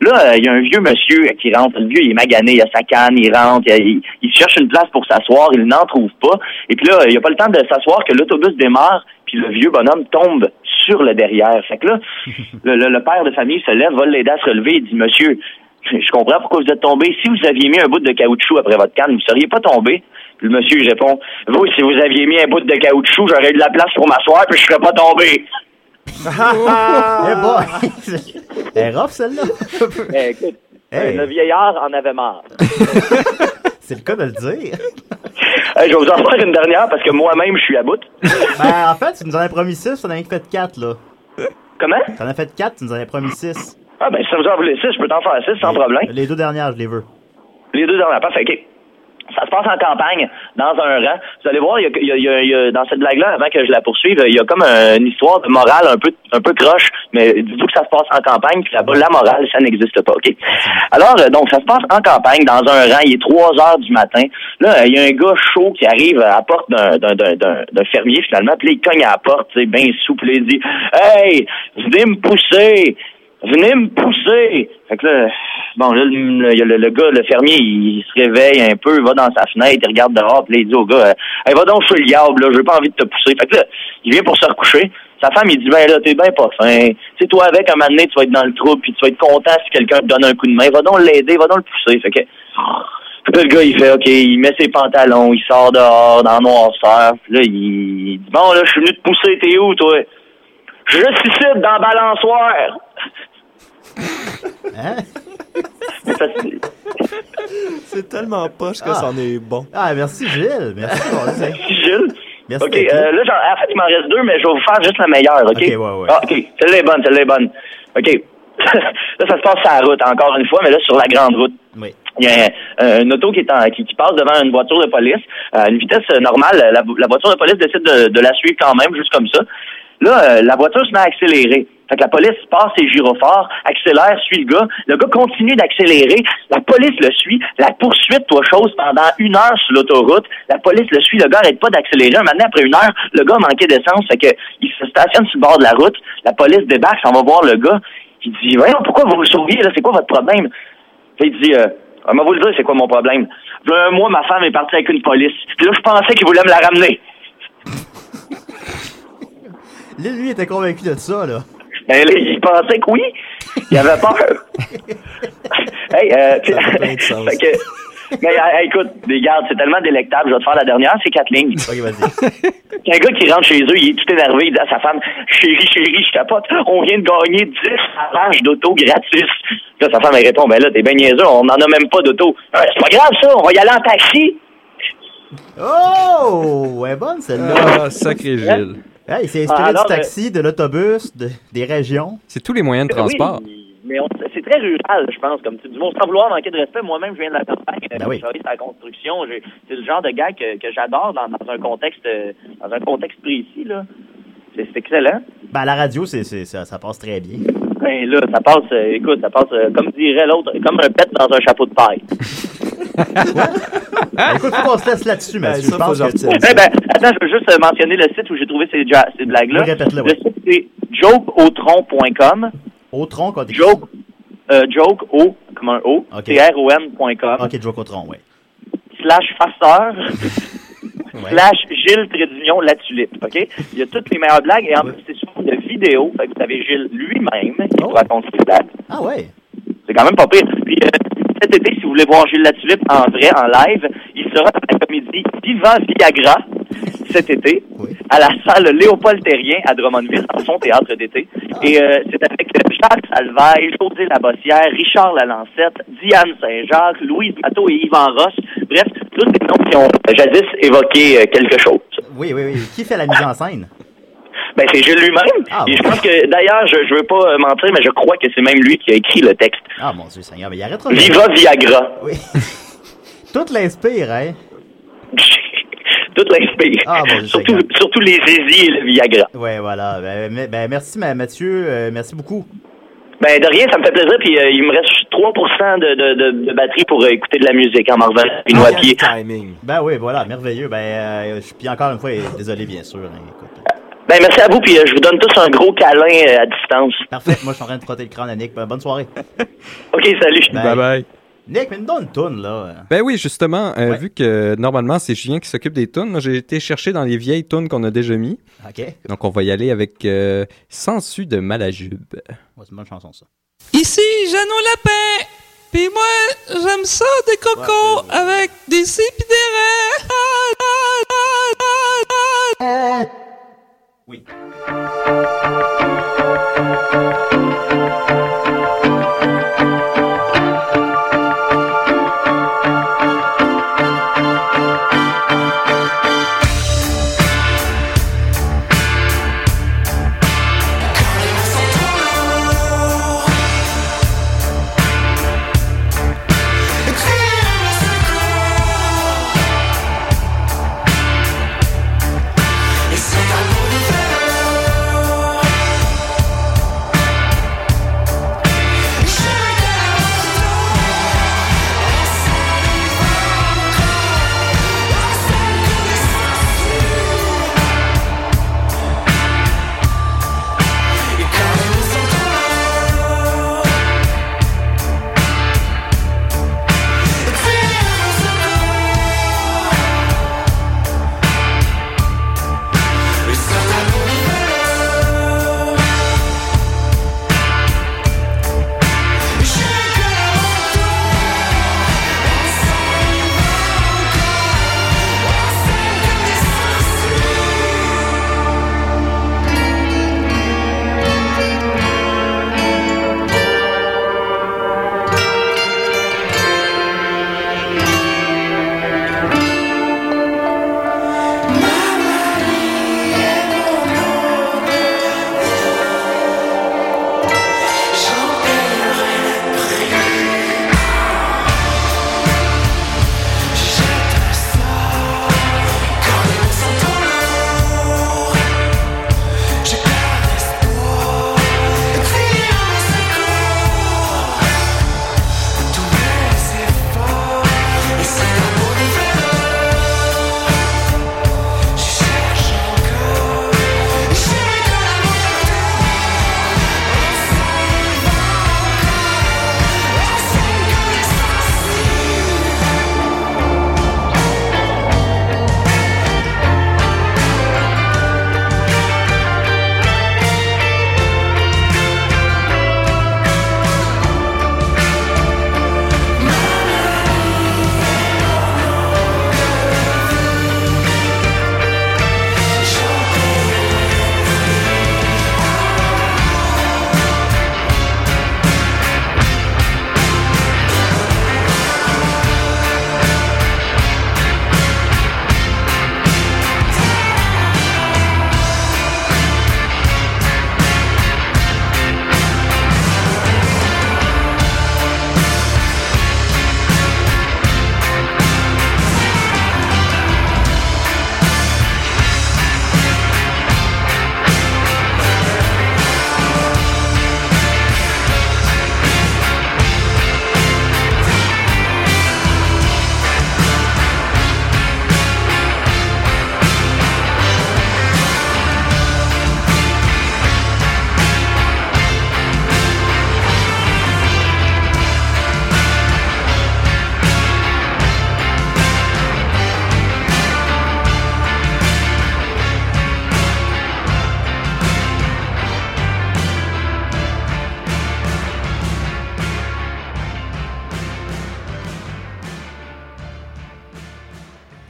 Speaker 11: Là, euh, il y a un vieux monsieur qui rentre. Le vieux, il est magané, il a sa canne, il rentre, il, il cherche une place pour s'asseoir, il n'en trouve pas. Et puis là, il a pas le temps de s'asseoir que l'autobus démarre, puis le vieux bonhomme tombe sur le derrière. Fait que là, le, le- le père de famille se lève, va l'aider à se relever et dit, monsieur, je comprends pourquoi vous êtes tombé. Si vous aviez mis un bout de caoutchouc après votre canne, vous seriez pas tombé. Puis le monsieur il répond, vous, si vous aviez mis un bout de caoutchouc, j'aurais eu de la place pour m'asseoir, puis je serais pas tombé.
Speaker 13: Eh boy! Elle est rough, celle-là.
Speaker 11: Eh, écoute,
Speaker 13: Hey.
Speaker 11: le vieillard en avait marre.
Speaker 13: C'est le cas de le dire.
Speaker 11: Eh, je vais vous en faire une dernière parce que moi-même, je suis à bout.
Speaker 13: Ben, en fait, tu nous en as promis 6, t'en as rien que fait 4, là.
Speaker 11: Comment?
Speaker 13: T'en as fait 4, tu nous en as promis 6.
Speaker 11: Ah ben, si vous en voulez six, je peux t'en faire six sans problème.
Speaker 13: Les deux dernières, je les veux.
Speaker 11: Les deux dernières, parfait. OK. Ça se passe en campagne, dans un rang. Vous allez voir, il y a, il y a- il y a- il y a- dans cette blague-là, avant que je la poursuive, il y a comme un- une histoire de morale un peu, un peu croche, mais dites-vous que ça se passe en campagne, puis là-bas, la morale, ça n'existe pas, OK? Alors, euh, donc, ça se passe en campagne, dans un rang, il est 3 heures du matin. Là, euh, il y a un gars chaud qui arrive à la porte d'un- d'un- d'un d'un- d'un fermier, finalement, puis là, il cogne à la porte, tu sais, bien souple, il dit « Hey, venez me pousser! » Venez me pousser! Fait que là, bon, là, le, le- le- le gars, le fermier, il, se réveille un peu, il va dans sa fenêtre, il regarde dehors, puis là, il dit au gars, euh, hey, va donc chez le diable, là, j'ai pas envie de te pousser. Fait que là, il vient pour se recoucher. Sa femme, il dit, ben là, t'es bien pas fin. Tu sais, toi, avec, un moment donné, tu vas être dans le trouble, puis tu vas être content si quelqu'un te donne un coup de main. Va donc l'aider, va donc le pousser. Fait que, fait que là, le gars, il fait, OK, il met ses pantalons, il sort dehors, dans la noirceur. Puis là, il, il dit, bon, là, je suis venu te pousser, t'es où, toi? Je suis ici, dans la balançoire!
Speaker 12: C'est tellement poche que
Speaker 13: Ah.
Speaker 12: c'en est bon.
Speaker 13: Ah, merci, Gilles. Merci, mon Dieu.
Speaker 11: Gilles.
Speaker 13: Merci,
Speaker 11: OK,
Speaker 13: d'être là.
Speaker 11: euh, là, j'en- en fait, il m'en reste deux, mais je vais vous faire juste la meilleure, OK?
Speaker 13: OK, ouais, ouais.
Speaker 11: Ah, OK, celle-là est bonne, celle-là est bonne. OK. là, ça se passe sur la route, encore une fois, mais là, sur la grande route.
Speaker 13: Oui.
Speaker 11: Il y a un- une auto qui, est en- qui, qui passe devant une voiture de police. À une vitesse euh, normale, la, la voiture de police décide de, de la suivre quand même, juste comme ça. Là, euh, la voiture se met à accélérer. Fait que la police passe ses gyrophares, accélère, suit le gars. Le gars continue d'accélérer. La police le suit. La poursuite, toi, chose, pendant une heure sur l'autoroute. La police le suit. Le gars arrête pas d'accélérer. Un matin, après une heure, le gars manquait d'essence. Fait que il se stationne sur le bord de la route. La police débarque, s'en va voir le gars. Il dit, voyons, pourquoi vous vous sauviez, là? C'est quoi votre problème? Puis il dit, euh, Ah, mais vous le dire, c'est quoi mon problème? V'là un mois, ma femme est partie avec une police. Puis là, je pensais qu'il voulait me la ramener.
Speaker 13: Lui, lui, il était convaincu de ça, là.
Speaker 11: Ben, là, il pensait que oui. Il avait peur. hey, euh, puis- fait que- mais euh, écoute, les gars, c'est tellement délectable. Je vais te faire la dernière, c'est quatre lignes. Un gars qui rentre chez eux, il est tout énervé, il dit à sa femme, chérie, chérie, je capote, on vient de gagner 10 parages d'auto gratis. Là, sa femme, elle répond, ben là, t'es bien niaiseux, on n'en a même pas d'auto. Ah, c'est pas grave, ça, on va y aller en taxi.
Speaker 13: Oh! Elle est bonne, celle-là.
Speaker 8: Ah, sacré Gilles.
Speaker 13: Hey, il s'est inspiré
Speaker 11: Ah, alors,
Speaker 13: du taxi, de l'autobus, de- des régions.
Speaker 8: C'est tous les moyens de
Speaker 11: Ben oui,
Speaker 8: transport.
Speaker 11: mais on- c'est très rural, je pense. Comme tu dis, bon, sans vouloir manquer de respect, moi-même, je viens de la campagne.
Speaker 13: Ben oui.
Speaker 11: Je travaille sur la construction. J'ai- C'est le genre de gars que, que j'adore dans, dans un contexte euh, dans un contexte précis. là. C'est c'est excellent.
Speaker 13: Ben, à la radio, c'est, c'est- ça, ça passe très bien.
Speaker 11: Ben là, ça passe, euh, écoute, ça passe, euh, comme dirait l'autre, comme un pet dans un chapeau de paille.
Speaker 13: Ben, écoute, faut qu'on se laisse là-dessus,
Speaker 11: Ben,
Speaker 13: Mathieu.
Speaker 11: ça,
Speaker 13: Je pense
Speaker 11: faut
Speaker 13: que...
Speaker 11: Eh ben, attends, je veux juste euh, mentionner le site où j'ai trouvé ces, ja- ces blagues-là.
Speaker 13: Oui, répète-le,
Speaker 11: Le site, c'est jokeautron.com.
Speaker 13: Autron, quand
Speaker 11: Joke, euh, joke, O, comme un O, T-R-O-N.com.
Speaker 13: OK, Joe Cotron, oui.
Speaker 11: slash faceur
Speaker 13: Ouais.
Speaker 11: slash Gilles Trédignon la tulipe, OK? Il y a toutes les meilleures blagues et en plus, c'est souvent de vidéo. Fait que vous avez Gilles lui-même
Speaker 13: Oh.
Speaker 11: qui vous raconte ses blagues.
Speaker 13: Ah ouais?
Speaker 11: C'est quand même pas pire. Puis euh, cet été, si vous voulez voir Gilles la tulipe en vrai, en live, il sera dans la comédie Vivant Viagra cet été à la salle Léopold Terrien à Drummondville, dans son théâtre d'été.
Speaker 13: Ah.
Speaker 11: Et euh, c'est avec euh, Jacques Salvaille, José Labossière, Richard Lalancette, Diane Saint-Jacques, Louise Matteau et Yvan Roche. Bref, tous des noms qui ont euh, jadis évoqué euh, quelque chose.
Speaker 13: Oui, oui, oui. Qui fait la mise en scène? Ah,
Speaker 11: Ben, c'est Gilles lui-même. Et je pense que, d'ailleurs, je, je veux pas euh, mentir, mais je crois que c'est même lui qui a écrit le texte.
Speaker 13: Ah, mon Dieu Seigneur, mais il arrêtera jamais.
Speaker 11: Viva Viagra.
Speaker 13: Tout l'inspire, hein?
Speaker 11: Tout toute l'inspire.
Speaker 13: Ah,
Speaker 11: surtout, surtout les zizi et le Viagra.
Speaker 13: Ouais, voilà. Ben, mais- ben, merci, ma- Mathieu. Euh, merci beaucoup.
Speaker 11: Ben, de rien, ça me fait plaisir. Puis euh, il me reste 3 de, de, de, de batterie pour euh, écouter de la musique en m'en revenant puis nous à pied.
Speaker 13: Ah, Ben oui, voilà, merveilleux. Ben, euh, je- puis encore une fois, euh, désolé, bien sûr. hein, écoute.
Speaker 11: Ben, merci à vous, puis euh, je vous donne tous un gros câlin euh, à distance.
Speaker 13: Parfait, moi, je suis en train de frotter le crâne à Nick. Ben, bonne soirée. Ben,
Speaker 11: OK, salut.
Speaker 8: Bye bye.
Speaker 13: Nick, mais nous donne une toune, là.
Speaker 8: Ben oui, justement, euh, vu que normalement c'est Julien qui s'occupe des tunes, moi j'ai été chercher dans les vieilles tunes qu'on a déjà mis.
Speaker 13: OK.
Speaker 8: Donc on va y aller avec euh, Sensu de Malajube.
Speaker 13: Ouais, c'est une bonne chanson, ça.
Speaker 14: Ici, Jeannot Lapin. Puis moi, j'aime ça des cocos avec des scies pis des raies.
Speaker 9: Et c'est un beau hiver Je regarde autour La salle du ventre La salle de la censure Et quand les mots sont trop Tire le secours Et c'est un beau hiver Je regarde autour La salle du ventre La salle de la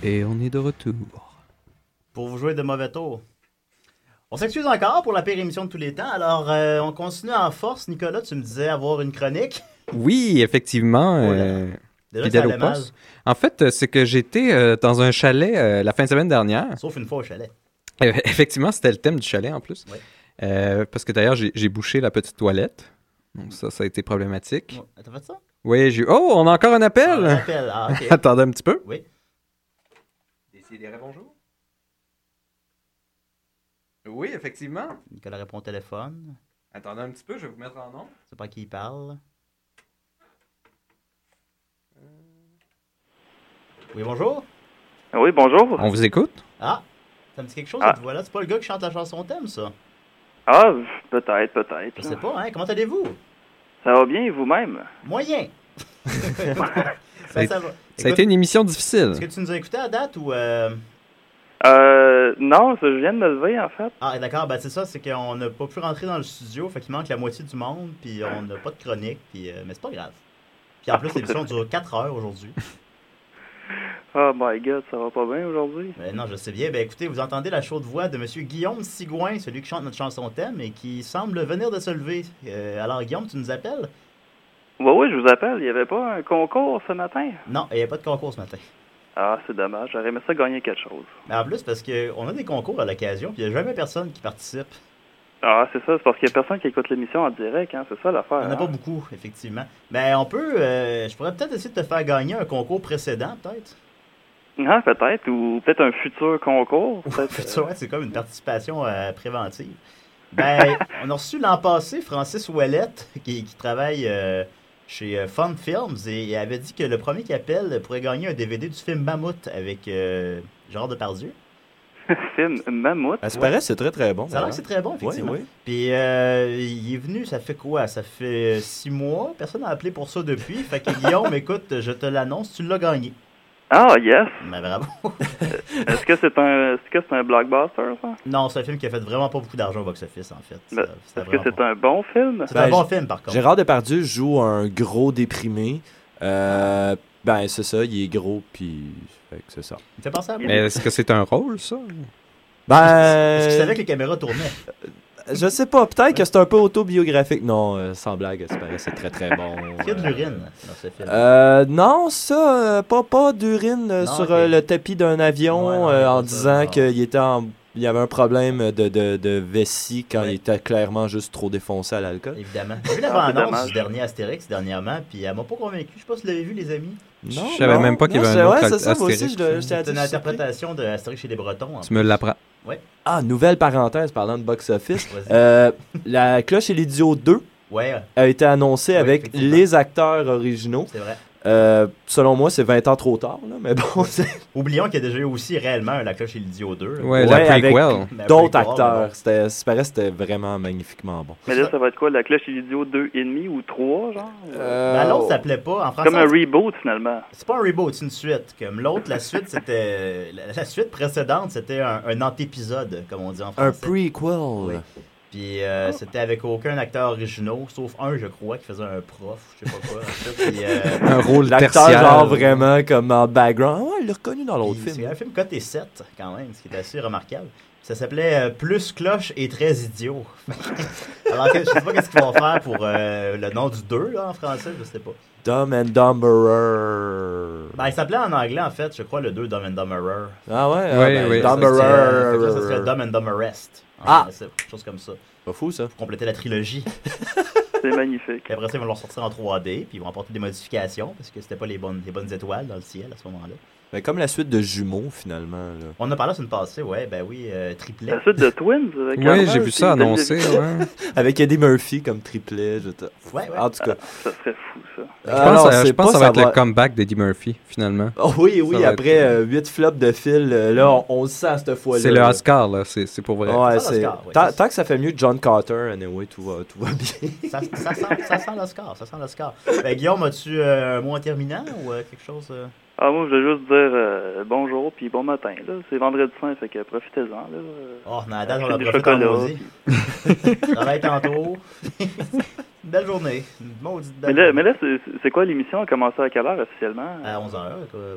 Speaker 8: Et on est de retour.
Speaker 13: Pour vous jouer de mauvais tours. On s'excuse encore pour la pire émission de tous les temps. Alors, euh, on continue en force. Nicolas, tu me disais avoir une chronique.
Speaker 8: Oui, effectivement. euh,
Speaker 13: Déjà,
Speaker 8: fidèle
Speaker 13: ça
Speaker 8: au
Speaker 13: allait mal.
Speaker 8: poste. En fait, euh, c'est que j'étais euh, dans un chalet euh, la fin de semaine dernière.
Speaker 13: Sauf une fois au chalet.
Speaker 8: Euh, Effectivement, c'était le thème du chalet en plus.
Speaker 13: Ouais.
Speaker 8: Euh, parce que d'ailleurs, j'ai j'ai bouché la petite toilette. Donc ça, ça a été problématique.
Speaker 13: Oh, T'as fait ça?
Speaker 8: Oui, j'ai... Oh, on a encore un appel!
Speaker 13: Ah, un appel. Ah, ok.
Speaker 8: Attendez un petit peu.
Speaker 13: Oui.
Speaker 8: bonjour. Oui, effectivement.
Speaker 13: Nicolas répond au téléphone.
Speaker 8: Attendez un petit peu, je vais vous mettre en nom.
Speaker 13: C'est pas qui il parle. Oui, bonjour.
Speaker 15: Oui, bonjour.
Speaker 8: On vous écoute?
Speaker 13: Ah, ça me dit quelque chose,
Speaker 15: Ah.
Speaker 13: cette voix-là. C'est pas le gars qui chante la chanson thème, ça.
Speaker 15: Ah, peut-être, peut-être.
Speaker 13: Je sais pas, hein. Comment allez-vous?
Speaker 15: Ça va bien, et vous-même?
Speaker 13: Moyen.
Speaker 8: Ça, a- ça a été une émission difficile.
Speaker 13: Est-ce que tu nous as écouté à date ou. euh,
Speaker 15: Euh, non, ça, je viens de me lever, en fait.
Speaker 13: Ah, d'accord, ben c'est ça, c'est qu'on n'a pas pu rentrer dans le studio, fait qu'il manque la moitié du monde, puis on n'a pas de chronique, puis, euh, mais c'est pas grave. Puis en plus, l'émission dure 4 heures aujourd'hui.
Speaker 15: Oh my god, ça va pas bien aujourd'hui.
Speaker 13: Ben non, je sais bien. Ben écoutez, vous entendez la chaude voix de Monsieur Guillaume Sigouin, celui qui chante notre chanson thème et qui semble venir de se lever. Euh, alors, Guillaume, tu nous appelles
Speaker 15: Oui, oui, je vous appelle. Il y avait pas un concours ce matin?
Speaker 13: Non, il n'y a pas de concours ce matin.
Speaker 15: Ah, c'est dommage. J'aurais aimé ça gagner quelque chose.
Speaker 13: Mais en plus, parce qu'on a des concours à l'occasion, puis il n'y a jamais personne qui participe.
Speaker 15: Ah, c'est ça. C'est parce qu'il y a personne qui écoute l'émission en direct, hein. C'est ça l'affaire.
Speaker 13: Il n'y en a pas
Speaker 15: hein.
Speaker 13: beaucoup, effectivement. Ben on peut. euh, je pourrais peut-être essayer de te faire gagner un concours précédent, peut-être.
Speaker 15: Ah, peut-être. Ou peut-être un futur concours. Peut-être. euh,
Speaker 13: Tu vois, c'est comme une participation euh, préventive. Ben, on a reçu l'an passé Francis Ouellette, qui, qui travaille euh, chez euh, Fun Films, et il avait dit que le premier qui appelle pourrait gagner un DVD du film Mammouth avec euh, Gérard Depardieu.
Speaker 15: film Mammouth.
Speaker 12: À ce paraît, c'est très très bon.
Speaker 13: Ça a l'air que c'est très bon, effectivement.
Speaker 12: Oui, oui.
Speaker 13: Puis euh, il est venu, ça fait quoi Ça fait euh, six mois. Personne n'a appelé pour ça depuis. Fait que Guillaume, écoute, je te l'annonce, tu l'as gagné.
Speaker 15: Ah, yes.
Speaker 13: Mais bravo.
Speaker 15: Est-ce que c'est un, est-ce que c'est un blockbuster, ça?
Speaker 13: Non, c'est un film qui a fait vraiment pas beaucoup d'argent au box-office, en fait.
Speaker 15: Ben,
Speaker 13: c'est
Speaker 15: Est-ce que
Speaker 13: vraiment
Speaker 15: c'est un bon film?
Speaker 13: C'est un bon film, par contre.
Speaker 12: Gérard Depardieu joue un gros déprimé. Euh, ben, c'est ça, il est gros, puis. Fait que c'est ça.
Speaker 13: Il fait penser à moi.
Speaker 8: Est-ce que c'est un rôle, ça?
Speaker 12: Ben. euh,
Speaker 13: Est-ce qu'il savait que les caméras tournaient
Speaker 12: Je sais pas, peut-être que c'est un peu autobiographique. Non, euh, sans blague, à ce paraît, c'est très très bon.
Speaker 13: Il y a de l'urine dans ce film.
Speaker 12: Euh, non, ça, euh, pas, pas d'urine euh,
Speaker 13: Non,
Speaker 12: sur
Speaker 13: ok.
Speaker 12: euh, le tapis d'un avion euh, en disant
Speaker 13: non.
Speaker 12: qu'il était en- il y avait un problème de, de, de vessie quand il était clairement juste trop défoncé à l'alcool.
Speaker 13: Évidemment. J'ai vu la
Speaker 12: Ah, c'est
Speaker 13: bande-annonce
Speaker 12: dommage.
Speaker 13: du dernier Astérix dernièrement, puis elle m'a pas convaincu. Je sais pas si vous l'avez vu, les amis.
Speaker 12: Non, Je savais non, même pas qu'il y non, avait un c'est- autre ouais, c'est ça, moi aussi, Astérix. je le- j'étais
Speaker 13: C'est une
Speaker 12: surpris.
Speaker 13: interprétation de Astérix chez les Bretons. hein. en
Speaker 12: Tu
Speaker 13: plus.
Speaker 12: me l'apprends.
Speaker 13: Ouais.
Speaker 12: Ah, nouvelle parenthèse parlant de box-office. Euh, la cloche et l'idiot 2
Speaker 13: Ouais.
Speaker 12: a été annoncée avec les acteurs originaux.
Speaker 13: C'est vrai.
Speaker 12: Euh, selon moi, c'est 20 ans trop tard, là, mais bon, c'est...
Speaker 13: Oublions qu'il y a déjà eu aussi réellement un La Cloche et l'Idiot 2. là. Ben,
Speaker 12: Ouais, avec
Speaker 13: La
Speaker 12: d'autres
Speaker 13: prequel, mais
Speaker 12: acteurs.
Speaker 13: bon.
Speaker 12: C'était, ça paraît que c'était vraiment magnifiquement bon.
Speaker 15: Mais là, ça va être quoi? La cloche et l'idiot 2,5 ou 3, genre?
Speaker 8: Euh,
Speaker 13: Ben, l'autre s'appelait pas en français.
Speaker 15: Comme un reboot, finalement.
Speaker 13: C'est pas un reboot, c'est une suite. Comme l'autre, la suite, c'était. La, la suite précédente, c'était un, un antépisode, comme on dit en
Speaker 12: Un
Speaker 13: français.
Speaker 12: prequel.
Speaker 13: Puis euh,
Speaker 15: Ah.
Speaker 13: c'était avec aucun acteur original, sauf un, je crois, qui faisait un prof, je sais pas quoi. en fait, puis, euh,
Speaker 12: L'acteur, genre, vraiment, comme en background. Ouais, il l'a reconnu dans l'autre
Speaker 13: Puis
Speaker 12: film.
Speaker 13: C'est un film côté 7, quand même, ce qui est assez remarquable. Ça s'appelait euh, Plus cloche et très idiot. Alors, que, je sais pas qu'est-ce qu'ils vont faire pour euh, le nom du 2 là, en français, je sais pas.
Speaker 12: Dumb and
Speaker 15: Euh.
Speaker 12: Dumberer.
Speaker 13: Ben, il s'appelait en anglais, en fait, je crois, le 2 Dumb and Dumberer.
Speaker 12: Ah ouais? Ah, ben, Dumberer.
Speaker 13: Dumberer. Ça serait Dumb and Dumberest. en
Speaker 12: Ah!
Speaker 13: français, quelque chose comme ça.
Speaker 12: Pas fou, ça.
Speaker 13: Pour compléter la trilogie.
Speaker 15: C'est magnifique.
Speaker 13: Puis après ça, ils vont le ressortir en 3D, puis ils vont apporter des modifications, parce que c'était pas les bonnes, les bonnes étoiles dans le ciel à ce moment-là.
Speaker 12: Ben, comme la suite de Jumeaux, finalement. Là.
Speaker 13: On en a parlé la semaine passée, ouais, ben oui, euh, triplet.
Speaker 15: La suite de Twins? Avec
Speaker 12: Oui,
Speaker 15: Arnold
Speaker 12: j'ai vu
Speaker 15: et
Speaker 12: ça
Speaker 15: Daniel
Speaker 12: annoncé,
Speaker 15: Levy.
Speaker 8: hein.
Speaker 12: ouais. Avec Eddie Murphy comme triplet. Je te-
Speaker 13: Ouais, ouais.
Speaker 12: En tout cas.
Speaker 15: Ça serait fou, ça.
Speaker 8: Je
Speaker 12: Ah,
Speaker 8: pense,
Speaker 12: non,
Speaker 8: euh, je
Speaker 12: c'est
Speaker 8: pense
Speaker 12: pas
Speaker 8: que ça va être
Speaker 12: savoir-
Speaker 8: le comeback d'Eddie Murphy, finalement.
Speaker 12: Oh, oui,
Speaker 8: Ça
Speaker 12: oui,
Speaker 8: va
Speaker 12: après
Speaker 8: être- Mm.
Speaker 12: 8 flops de fil, euh, là, on, on le sent cette fois-là.
Speaker 8: C'est le
Speaker 12: là.
Speaker 8: Oscar, là. C'est c'est pour vrai.
Speaker 12: Ouais, c'est... tant, tant que ça fait mieux que John Carter, anyway, tout va, tout va bien.
Speaker 13: Ça, ça sent, ça sent l'Oscar, ça sent l'Oscar. Ben, Guillaume, as-tu euh, un mot en terminant ou euh, quelque chose euh?
Speaker 15: Ah, moi, je voulais juste dire euh, bonjour puis bon matin. là. C'est vendredi saint, fait que profitez-en. là. Euh,
Speaker 13: Oh, dans la date, on
Speaker 15: acheter
Speaker 13: a
Speaker 15: du
Speaker 13: profité en
Speaker 15: chocolat,
Speaker 13: maudit. Travaille tantôt. Une belle journée. Une maudite
Speaker 15: Mais
Speaker 13: belle
Speaker 15: là,
Speaker 13: journée.
Speaker 15: mais là, c'est- c'est quoi l'émission? A commencé à quelle heure officiellement?
Speaker 13: À 11h.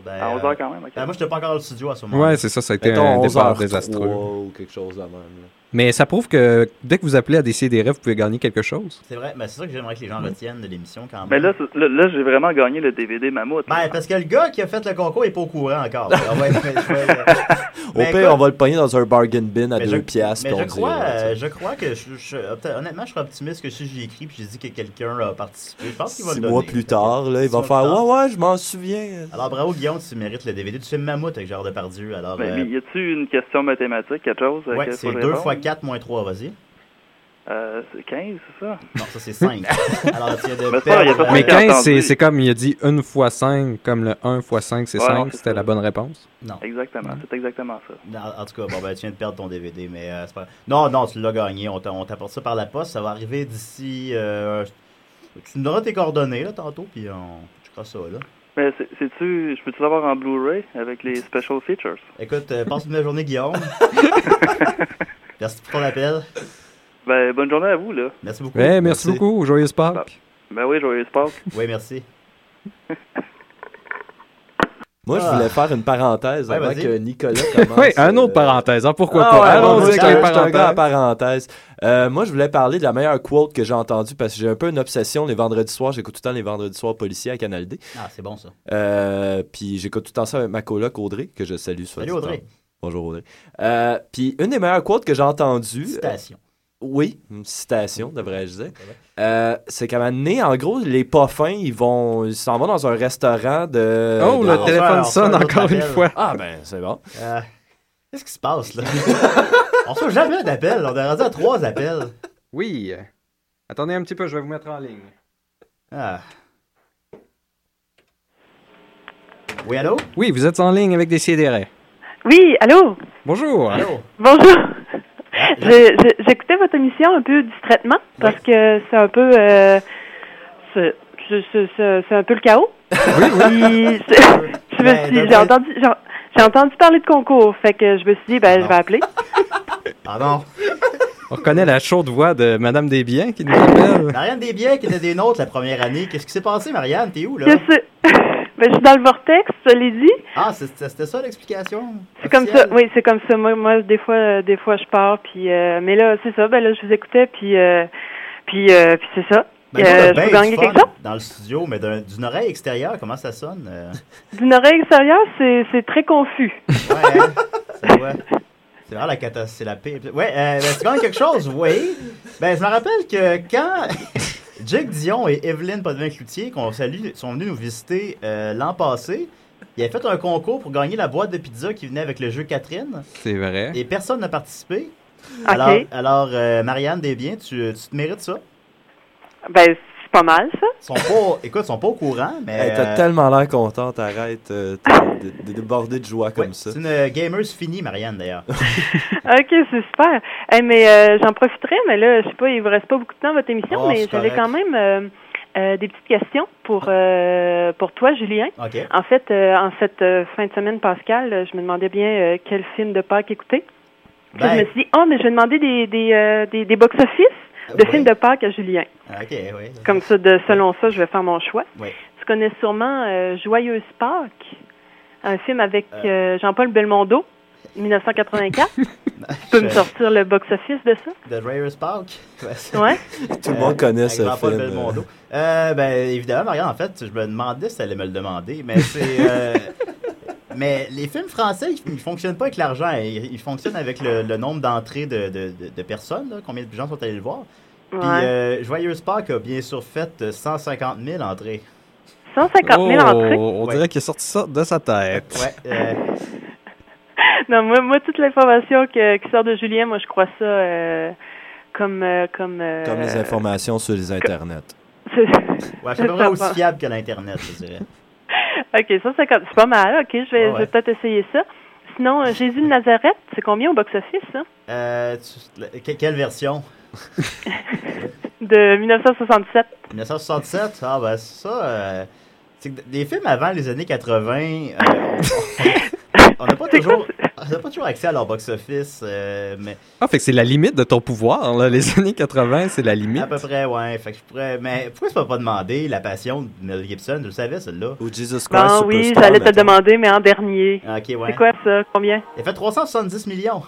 Speaker 13: Ben,
Speaker 15: À 11h quand même, ok.
Speaker 13: Ben, moi, je pas encore dans le studio à ce moment-là.
Speaker 8: Ouais, c'est ça, ça a été un départ désastreux.
Speaker 12: ou quelque chose de même. là.
Speaker 8: Mais ça prouve que dès que vous appelez à des rêves, vous pouvez gagner quelque chose.
Speaker 13: C'est vrai, mais c'est ça que j'aimerais que les gens retiennent de l'émission quand même.
Speaker 15: Mais là, c'est- là, là, j'ai vraiment gagné le DVD Mammouth.
Speaker 13: Ben, parce que le gars qui a fait le concours est pas au courant encore. On va être- je vais-
Speaker 12: Au
Speaker 13: Mais
Speaker 12: pire,
Speaker 13: Ben, écoute-
Speaker 12: on va le pogner dans un bargain bin à
Speaker 13: Mais
Speaker 12: 2
Speaker 13: je-
Speaker 12: piastres.
Speaker 13: Mais
Speaker 12: puis
Speaker 13: je
Speaker 12: on
Speaker 13: crois,
Speaker 12: dira,
Speaker 13: euh, je crois que je, je- euh, honnêtement, je serais optimiste que si j'ai écrit puis j'ai dit que quelqu'un a participé, je pense qu'il va
Speaker 12: Six
Speaker 13: le
Speaker 12: mois
Speaker 13: donner.
Speaker 12: plus tard, là, il va
Speaker 13: Six
Speaker 12: faire
Speaker 13: mois plus tard.
Speaker 12: Ouais, ouais, je m'en souviens.
Speaker 13: Alors bravo Guillaume, tu mérites le DVD du film Mammouth avec Gérard Depardieu. Alors,
Speaker 15: Ben,
Speaker 13: euh,
Speaker 15: mais y a-tu une question mathématique, quelque chose? euh,
Speaker 13: ouais,
Speaker 15: qu'il faut
Speaker 13: c'est 2
Speaker 15: répondre?
Speaker 13: fois 4 moins 3, vas-y.
Speaker 15: Euh, c'est 15, c'est ça?
Speaker 13: Non, ça c'est 5. Alors, tu viens de
Speaker 15: Mais ça,
Speaker 13: perdre,
Speaker 15: il y a pas
Speaker 13: euh,
Speaker 8: Mais 15, c'est- c'est comme il a dit 1 fois 5, comme le 1 fois 5, c'est
Speaker 13: Ouais, non,
Speaker 8: 5,
Speaker 13: c'est
Speaker 8: c'était
Speaker 13: ça.
Speaker 8: la bonne réponse.
Speaker 13: Non.
Speaker 15: Exactement, c'est exactement ça.
Speaker 13: en tout cas, bon, ben, tu viens de perdre ton DVD, mais euh, c'est pas... Non, non, tu l'as gagné. On t'a- on t'apporte ça par la poste. Ça va arriver d'ici... euh, Tu nous donneras tes coordonnées, là, tantôt, puis on checkera ça, là.
Speaker 15: Mais c'est- c'est-tu, je peux-tu l'avoir en Blu-ray avec les special features?
Speaker 13: Écoute, euh, passe une bonne journée, Guillaume. Merci pour ton appel.
Speaker 15: Ben, bonne journée à vous, là.
Speaker 13: Merci beaucoup.
Speaker 8: Ouais, merci, beaucoup, joyeux sport.
Speaker 15: Ben oui, joyeux sport.
Speaker 13: Oui, merci.
Speaker 12: Moi, je
Speaker 13: Ah.
Speaker 12: voulais faire une parenthèse
Speaker 8: Ouais,
Speaker 12: avant
Speaker 8: vas-y.
Speaker 12: que Nicolas commence.
Speaker 8: oui, un autre parenthèse, hein,
Speaker 12: Ah
Speaker 8: pourquoi pas? Allons-y avec les parenthèses.
Speaker 12: parenthèse. moi, je voulais parler de la meilleure quote que j'ai entendue parce que j'ai un peu une obsession les vendredis soirs. J'écoute tout le temps les vendredis soirs policiers à Canal D.
Speaker 13: Ah, c'est bon, ça.
Speaker 12: Euh, puis j'écoute tout le temps ça avec ma coloc Audrey, que je salue. soit
Speaker 13: Salut,
Speaker 12: dit en-
Speaker 13: Audrey.
Speaker 12: Bonjour Audrey. Euh, puis une des meilleures quotes que j'ai entendues.
Speaker 13: Citation.
Speaker 12: euh, oui, une citation, devrais-je dire. Euh, c'est qu'à un moment donné, en gros, les pas fins, ils vont, ils s'en vont dans un restaurant de.
Speaker 8: Oh,
Speaker 12: de-
Speaker 8: le téléphone sonne encore une fois.
Speaker 12: Ah ben, c'est bon.
Speaker 13: Euh, Qu'est-ce qui se passe, là? on reçoit jamais d'appel. On est rendu à trois appels.
Speaker 8: Oui. Attendez un petit peu, je vais vous mettre en ligne.
Speaker 13: Ah. Oui, allô?
Speaker 8: Oui, vous êtes en ligne avec des sidérés.
Speaker 16: Oui, allô?
Speaker 8: Bonjour.
Speaker 16: Bonjour. Je- je- J'écoutais votre émission un peu distraitement parce que c'est un peu euh, c'est c'est- c'est- c'est- c'est un peu le chaos. Puis, c'est- je me suis- j'ai entendu j'en- j'ai entendu parler de concours, fait que je me suis dit ben je vais appeler.
Speaker 13: Ah non.
Speaker 8: On reconnaît la chaude voix de Madame Desbiens qui nous appelle.
Speaker 13: Marianne Desbiens, qui était des nôtres la première année. Qu'est-ce qui s'est passé, Marianne? T'es où, là?
Speaker 16: Que c'est- ben, je suis dans le vortex, je l'ai dit.
Speaker 13: Ah, c'est- c'était ça l'explication?
Speaker 16: C'est comme ça, oui, c'est comme ça. Moi, moi, des fois, euh, des fois, je pars, puis euh, mais là, c'est ça. Ben là, je vous écoutais, puis euh, puis euh, puis c'est ça.
Speaker 13: Ben,
Speaker 16: Euh,
Speaker 13: nous, on a
Speaker 16: je
Speaker 13: bien
Speaker 16: peux
Speaker 13: du
Speaker 16: gagner
Speaker 13: fun
Speaker 16: quelque chose.
Speaker 13: Dans le studio, mais d'un- d'une oreille extérieure, comment ça sonne? euh?
Speaker 16: D'une oreille extérieure, c'est c'est très confus.
Speaker 13: Ça doit- C'est vraiment la catastrophe, c'est la pire. Ouais, euh, ben, tu gagnes quelque chose, oui. Ben, je me rappelle que quand Jake Dion et Evelyne Podvin-Cloutier, qu'on salue, sont venus nous visiter euh, l'an passé, ils avaient fait un concours pour gagner la boîte de pizza qui venait avec le jeu Catherine.
Speaker 8: C'est vrai.
Speaker 13: Et personne n'a participé.
Speaker 16: Ok.
Speaker 13: Alors, alors euh, Marianne Desbiens, tu, tu te mérites ça.
Speaker 16: Ben, c'est pas mal, ça.
Speaker 13: Ils sont pas, écoute, ils sont pas au courant, mais...
Speaker 12: Hey, T'as
Speaker 13: euh,
Speaker 12: tellement l'air contente, arrête euh, t'es- de, de déborder de joie comme ça.
Speaker 13: C'est une euh, gamer finie, Marianne, d'ailleurs.
Speaker 16: Ok, c'est super. Eh, mais euh, j'en profiterai, mais là, je sais pas, il vous reste pas beaucoup de temps votre émission,
Speaker 13: Oh,
Speaker 16: mais
Speaker 13: c'est
Speaker 16: j'avais
Speaker 13: correct. Ah.
Speaker 16: quand même euh, euh, des petites questions pour euh, pour toi, Julien.
Speaker 13: OK.
Speaker 16: En fait, euh, en cette euh, fin de semaine, Pascal, euh, je me demandais bien euh, quel film de Pâques écouter. Puis
Speaker 13: Ben.
Speaker 16: Je me suis dit, oh, mais je vais demander des des euh, des, des box-office de
Speaker 13: Ouais.
Speaker 16: films de Pâques à Julien.
Speaker 13: Ah, OK, oui.
Speaker 16: Comme ça, de selon ça, je vais faire mon choix.
Speaker 13: Ouais.
Speaker 16: Tu connais sûrement euh, Joyeuse Pâques, un film avec euh, Jean-Paul Belmondo, 1984. tu peux me
Speaker 13: Je-
Speaker 16: sortir le box-office de ça?
Speaker 13: The Rarest Ben. Park.
Speaker 16: Ouais.
Speaker 12: Tout le monde connaît ce film.
Speaker 13: Belmondo. Euh, ben, évidemment, Marianne, en fait, je me demandais si tu allais me le demander, mais c'est. euh, mais les films français, ils ne fonctionnent pas avec l'argent, ils, ils fonctionnent avec le, le nombre d'entrées de, de- de- de personnes, là, combien de gens sont allés le voir. Puis,
Speaker 16: Ouais.
Speaker 13: euh, Joyeuse Pâques a bien sûr fait euh, 150 000 entrées.
Speaker 16: 150 000
Speaker 12: Oh.
Speaker 16: entrées.
Speaker 8: Oh, on dirait qu'il a sorti ça de sa tête.
Speaker 13: Ouais, euh,
Speaker 16: Non, moi, moi toute l'information que- qui sort de Julien, moi, je crois ça euh, comme... euh, comme, euh,
Speaker 12: Comme les informations sur les internets.
Speaker 16: c'est-
Speaker 13: ouais, c'est à peu près
Speaker 16: Ça va.
Speaker 13: aussi fiable que l'Internet, je dirais.
Speaker 16: OK, 150, c'est pas mal. OK, je vais,
Speaker 13: Ouais, ouais.
Speaker 16: je vais peut-être essayer ça. Sinon, euh, Jésus de Nazareth, c'est combien au box-office, ça?
Speaker 13: Euh, tu- le- que- quelle version
Speaker 16: De 1967.
Speaker 13: 1967, ah ben ça, euh, c'est que des films avant les années 80, euh, on n'a pas, toujours- on n'a pas toujours accès à leur box-office, euh, mais
Speaker 8: Ah, fait que c'est la limite de ton pouvoir, là. Les années 80, c'est la limite.
Speaker 13: à peu près, ouais. Fait que je pourrais, mais pourquoi tu peux pas demander la passion de Mel Gibson, je le savais celle-là.
Speaker 12: Ou Jesus Christ
Speaker 16: Bon, Ah oui, j'allais te demander, mais en dernier.
Speaker 13: Ah, Ok, ouais.
Speaker 16: C'est quoi ça? Combien?
Speaker 13: Il a fait 370 millions.